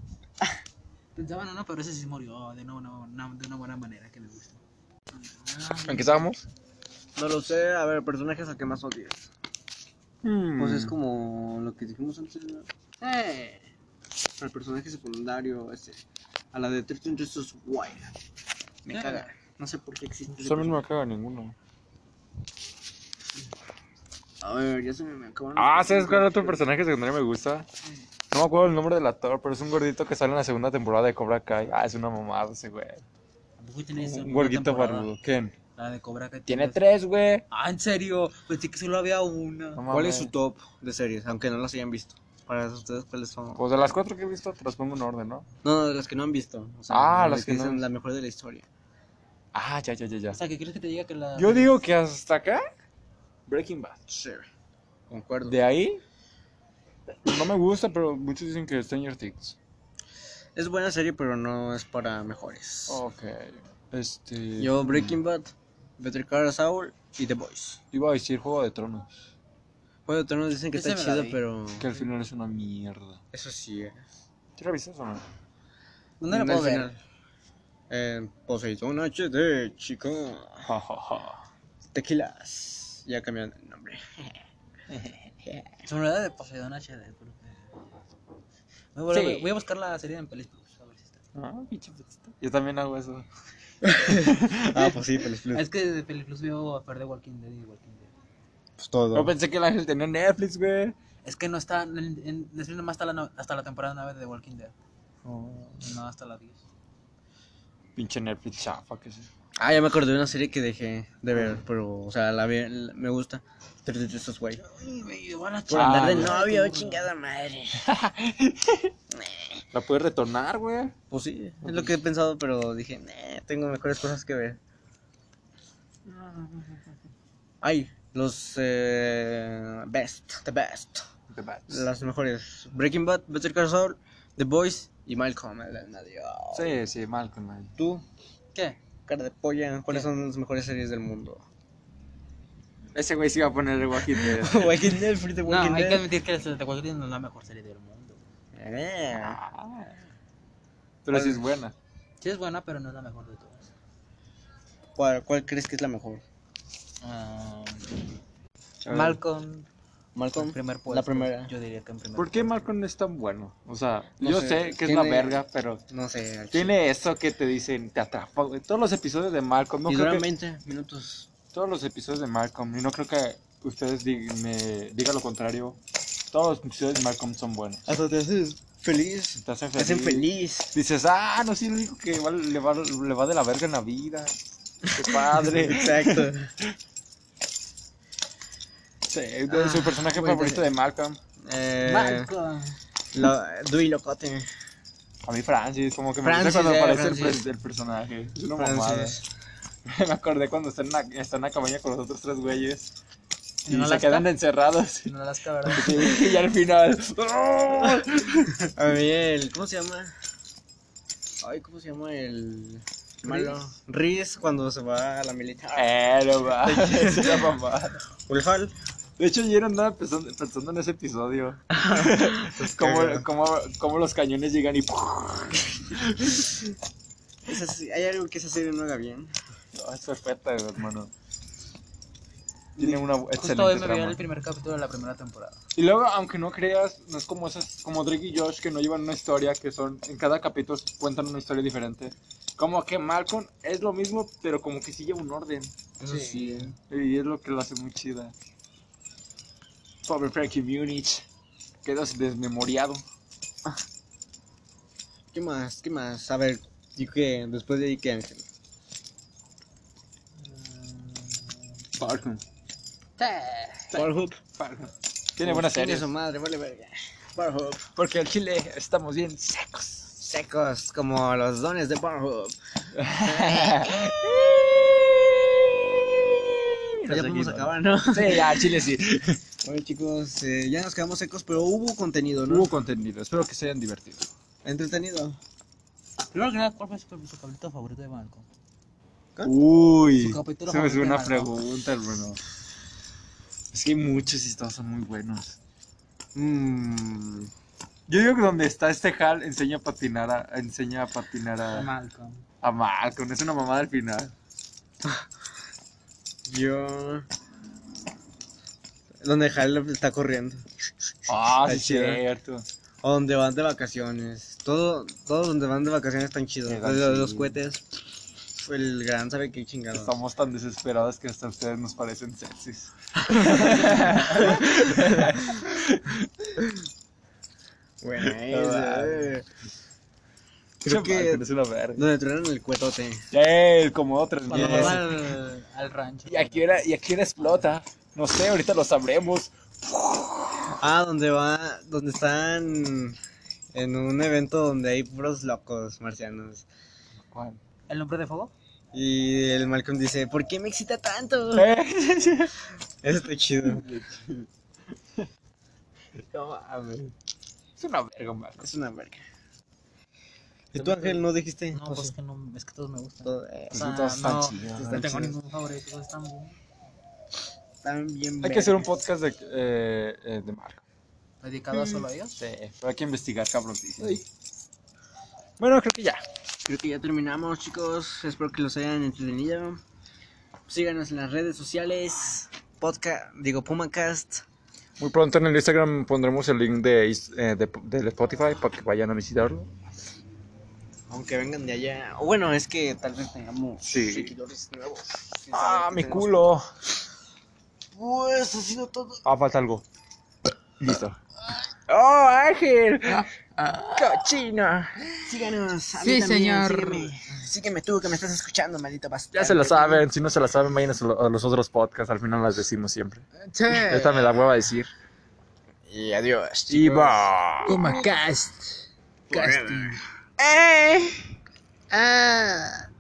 Speaker 2: Pensaba no, no, pero ese sí murió de una, una- una- de una buena manera que me gusta.
Speaker 1: ¿En qué estábamos?
Speaker 4: No lo sé, a ver, personajes al que más odias.
Speaker 1: Hmm. Mm.
Speaker 4: Pues es como lo que dijimos antes, ¿no?
Speaker 2: Eh.
Speaker 4: al personaje secundario, ese, a la de 13 Reasons Why. Me
Speaker 2: Ah.
Speaker 4: caga. No sé por qué existe. ese
Speaker 1: Pues a mí no me caga ninguno.
Speaker 4: personaje. A ver, ya se me, me acabaron. los
Speaker 1: Ah, ¿sabes cuál otro
Speaker 4: personajes.
Speaker 1: personaje secundario me gusta? No me acuerdo el nombre del actor, pero es un gordito que sale en la segunda temporada de Cobra Kai. Ah, es una mamada ese güey.
Speaker 2: Tampoco tiene esa
Speaker 1: Un
Speaker 2: buena
Speaker 1: gordito
Speaker 2: temporada.
Speaker 1: barbudo. ¿Quién?
Speaker 2: La de Cobra que
Speaker 1: Tiene tres, güey.
Speaker 2: Ah, en serio. Pensé que solo había una.
Speaker 1: No
Speaker 4: ¿Cuál es
Speaker 1: mames.
Speaker 4: su top de series? Aunque no las hayan visto. Para ustedes, ¿cuáles son?
Speaker 1: Pues de las cuatro que he visto, te las pongo en orden, ¿no?
Speaker 4: No, de las que no han visto. O
Speaker 1: Ah,
Speaker 4: de
Speaker 1: las que no
Speaker 4: dicen
Speaker 1: han-
Speaker 4: La mejor de la historia.
Speaker 1: Ah, ya, ya, ya, ya.
Speaker 2: O sea, que quieres que te diga que la.
Speaker 1: Yo digo que hasta acá, Breaking Bad.
Speaker 4: Sí. Concuerdo.
Speaker 1: De ahí, no me gusta, pero muchos dicen que Stranger Things.
Speaker 4: Es buena serie, pero no es para mejores.
Speaker 1: Ok. Este.
Speaker 4: Yo, Breaking Bad, Better Call Saul y The Boys.
Speaker 1: iba a decir Juego de Tronos.
Speaker 4: Juego de Tronos dicen que
Speaker 2: Ese
Speaker 4: está
Speaker 2: me la
Speaker 4: chido,
Speaker 2: vi.
Speaker 4: pero...
Speaker 1: Que al final es una mierda.
Speaker 4: Eso sí, eh.
Speaker 1: ¿Tú revisas o no?
Speaker 2: ¿Dónde la
Speaker 4: Al
Speaker 2: puedo ver?
Speaker 4: final. Eh, Poseidón HD, chico.
Speaker 1: Ja, ja, ja.
Speaker 4: Tequilas. Ya cambiaron el nombre.
Speaker 2: Se me olvidó de Poseidón HD. porque- Voy a, volver-
Speaker 1: Sí.
Speaker 2: voy a buscar la serie en película. A ver si está.
Speaker 1: Ah, pinche putita. Yo también hago eso.
Speaker 4: ah, pues sí, feliz
Speaker 2: Es que de Peliflux veo a Fer de Walking Dead y Walking Dead.
Speaker 4: Pues todo.
Speaker 1: No pensé que el ángel tenía Netflix, güey.
Speaker 2: Es que no está. En, en Netflix nomás está la, no- hasta la temporada 9 de The Walking Dead. No, hasta la 10.
Speaker 1: Oh, Pinche Netflix chafa, que es
Speaker 4: Ah, ya me acordé de una serie que dejé de
Speaker 1: Ah.
Speaker 4: ver, pero, o sea, la, vi- la- me gusta. Pero de estos güey.
Speaker 2: Ay, güey, van a
Speaker 4: Por
Speaker 1: Ah,
Speaker 4: andar de
Speaker 1: güey.
Speaker 4: novio, chingada madre.
Speaker 1: La puedes retornar, güey.
Speaker 4: Pues sí, es lo que he pensado, pero dije, "Nah, tengo mejores cosas que ver. Ay, los eh, best, the best,
Speaker 1: The Bats.
Speaker 4: las mejores. Breaking Bad, Better Call Saul, The Boys y Malcolm, el del medio.
Speaker 1: Sí, sí, mal con mal.
Speaker 4: Tú,
Speaker 2: ¿Qué?
Speaker 4: cara de polla, ¿cuáles
Speaker 2: ¿Qué?
Speaker 4: son las mejores series del mundo?
Speaker 1: Ese güey sí iba a poner el Walking Dead.
Speaker 4: Walking Dead, Free the
Speaker 2: No,
Speaker 4: Walking
Speaker 2: hay que
Speaker 4: Dead.
Speaker 2: admitir que The Walking Dead no es la mejor serie del mundo.
Speaker 4: Eh.
Speaker 1: Ah. Pero sí es buena.
Speaker 2: Sí, es buena, pero no es la mejor de todas.
Speaker 4: ¿Cuál, cuál crees que es la mejor?
Speaker 1: Ah,
Speaker 4: A ver,
Speaker 2: Ah, Malcolm,
Speaker 4: Malcolm,
Speaker 2: en primer puesto.
Speaker 4: la primera.
Speaker 2: Yo diría que en primer
Speaker 1: ¿Por qué Malcolm es tan bueno? O sea,
Speaker 4: pues, No
Speaker 1: yo
Speaker 4: sé,
Speaker 1: sé que es
Speaker 4: tiene-
Speaker 1: la verga, pero
Speaker 4: No sé. al chile.
Speaker 1: tiene eso que te dicen, te atrapa, güey. Todos los episodios de Malcolm, no
Speaker 4: y
Speaker 1: creo
Speaker 4: duran
Speaker 1: que,
Speaker 4: 20 minutos.
Speaker 1: todos los episodios de Malcolm, y no creo que ustedes dig- me digan lo contrario. Todos los episodios de Malcolm son buenos.
Speaker 4: Hasta te haces feliz.
Speaker 1: Te hacen
Speaker 4: Te hacen feliz.
Speaker 1: Dices, ah, no soy el único que va- le, va, le va de la verga en la vida. Qué padre.
Speaker 4: Exacto.
Speaker 1: Sí, es su personaje
Speaker 4: Ah, güey,
Speaker 1: favorito de Malcolm.
Speaker 4: Eh,
Speaker 2: Malcolm.
Speaker 4: la- Dewey Locote.
Speaker 1: A mí Francis, como que me
Speaker 4: Francis,
Speaker 1: gusta cuando
Speaker 4: eh,
Speaker 1: aparece el,
Speaker 4: Francis.
Speaker 1: pre- el personaje. Es una mamada.
Speaker 4: Francis.
Speaker 1: Me acordé cuando está en la, está en la cabaña con los otros tres güeyes. Y
Speaker 2: ¿En
Speaker 1: se
Speaker 2: Alaska?
Speaker 1: quedan encerrados.
Speaker 2: No las cabras.
Speaker 1: Y ya al final. ¡oh!
Speaker 4: A mí el. ¿Cómo se llama? Ay, ¿cómo se llama el. Malo. Riz cuando se va a la militar.
Speaker 1: Eh, no va. Es una mamada.
Speaker 4: Ulfal.
Speaker 1: De hecho, yo andaba pensando, pensando en ese episodio. Cómo,
Speaker 4: cagado.
Speaker 1: cómo, cómo los cañones llegan y. ¡puf!
Speaker 4: Esa sí- Hay algo que esa serie no haga bien.
Speaker 1: No, es perfecta, hermano. Tiene una bu-
Speaker 2: Justo hoy
Speaker 1: excelente
Speaker 2: me vi
Speaker 1: trama.
Speaker 2: el primer capítulo de la primera temporada.
Speaker 1: Y luego, aunque no creas, no es como esas, como Drake y Josh que no llevan una historia, que son, en cada capítulo cuentan una historia diferente. Como que Malcolm es lo mismo, pero como que sigue un orden.
Speaker 4: Eso sí. eh.
Speaker 1: Y es lo que lo hace muy chida. Pobre Frankie Munich. Quedó desmemoriado.
Speaker 4: ¿Qué más? ¿Qué más? A ver, ¿y qué? Después de ahí, ¿qué Ángel?
Speaker 1: Falcon.
Speaker 4: Pornhub.
Speaker 1: Falcon. Tiene buenas
Speaker 4: Chingue
Speaker 1: series.
Speaker 4: su madre, vale verga. Pornhub.
Speaker 1: Porque al Chile estamos bien secos.
Speaker 4: Secos como los dones de Pornhub.
Speaker 1: Nos
Speaker 4: Ya podemos
Speaker 1: seguimos.
Speaker 4: acabar, ¿no?
Speaker 1: Sí, ya, al Chile sí.
Speaker 4: Bueno, chicos, eh, ya nos quedamos secos, pero hubo contenido, ¿no?
Speaker 1: Hubo contenido. Espero que se hayan divertido.
Speaker 4: Entretenido.
Speaker 2: Primero que nada, ¿cuál fue su, su capítulo favorito de Malcolm?
Speaker 1: Uy,
Speaker 2: Su capítulo
Speaker 1: se me hace
Speaker 2: favorito
Speaker 1: una
Speaker 2: de Malcolm.
Speaker 1: pregunta, hermano. Es que hay muchos y todos son muy buenos. Mm, Yo digo que donde está este Hal enseña a patinar a, enseña a, patinar a,
Speaker 2: Malcolm.
Speaker 1: a Malcolm. Es una mamada al final.
Speaker 4: Yo. Donde Hal está corriendo.
Speaker 1: Ah,
Speaker 4: sí
Speaker 1: sí,
Speaker 4: es
Speaker 1: es cierto.
Speaker 4: O donde van de vacaciones. Todo, todos donde van de vacaciones están chidos.
Speaker 1: Están
Speaker 4: Desde los
Speaker 1: chidos.
Speaker 4: cohetes. El gran sabe qué chingado.
Speaker 1: Estamos tan desesperados que hasta ustedes nos parecen sexys.
Speaker 4: Bueno,
Speaker 1: No, Ah.
Speaker 4: ese, eh. Creo que
Speaker 1: Es una verga.
Speaker 4: donde truenan el cuetote.
Speaker 1: Eh, como otras.
Speaker 2: Cuando
Speaker 1: mierdas.
Speaker 2: nos va al, al rancho.
Speaker 1: Y aquí era, y aquí era explota. No sé, ahorita lo sabremos.
Speaker 4: Ah, donde va, donde están en un evento donde hay puros locos marcianos.
Speaker 2: ¿El nombre de fuego?
Speaker 4: Y el Malcolm dice, ¿por qué me excita tanto?
Speaker 1: Eh,
Speaker 4: Eso está chido.
Speaker 1: no mames. Es una verga, Marco.
Speaker 4: Es una verga. ¿Y tú, Ángel, no dijiste?
Speaker 2: No,
Speaker 4: O
Speaker 2: pues
Speaker 4: sea,
Speaker 2: que no, es que todos me gustan.
Speaker 4: todo- eh,
Speaker 2: O sea,
Speaker 1: todos están
Speaker 2: no,
Speaker 1: chidos,
Speaker 2: no
Speaker 4: están
Speaker 2: tengo
Speaker 4: chidos.
Speaker 2: ningún favorito, todos están buenos.
Speaker 4: están bien
Speaker 1: Hay que hacer un
Speaker 4: vergas.
Speaker 1: podcast de, eh, eh, de Marco.
Speaker 2: ¿Dedicado solo a ellos?
Speaker 1: Sí, pero hay que investigar, cabrón. Bueno, creo que ya.
Speaker 4: Creo que ya terminamos, chicos. Espero que los hayan entretenido. Síganos en las redes sociales. Podcast, digo, Pumacast.
Speaker 1: Muy pronto en el Instagram pondremos el link de, is- eh, de, del Spotify para que vayan a visitarlo.
Speaker 4: Aunque vengan de allá. O bueno, es que tal vez tengamos
Speaker 1: Sí.
Speaker 4: seguidores nuevos. sin saber
Speaker 1: ¡Ah,
Speaker 4: que
Speaker 1: mi
Speaker 4: tenemos-
Speaker 1: culo!
Speaker 4: Pues ha sido todo.
Speaker 1: Ah, falta algo. Listo. ¡Oh, Ángel! ¡Cochina!
Speaker 4: Síganos. a mí
Speaker 2: Sí,
Speaker 4: también,
Speaker 2: señor.
Speaker 4: Sígueme. Sígueme tú que me estás escuchando, maldito bastardo.
Speaker 1: Ya se lo saben, si no se la saben, vayan a su- a los otros podcasts, al final las decimos siempre.
Speaker 2: Sí.
Speaker 1: Esta me la voy a decir.
Speaker 4: Y adiós.
Speaker 1: Y
Speaker 4: chicos.
Speaker 1: va.
Speaker 2: Coma cast. Casting.
Speaker 4: ¡Eh!
Speaker 2: Ah.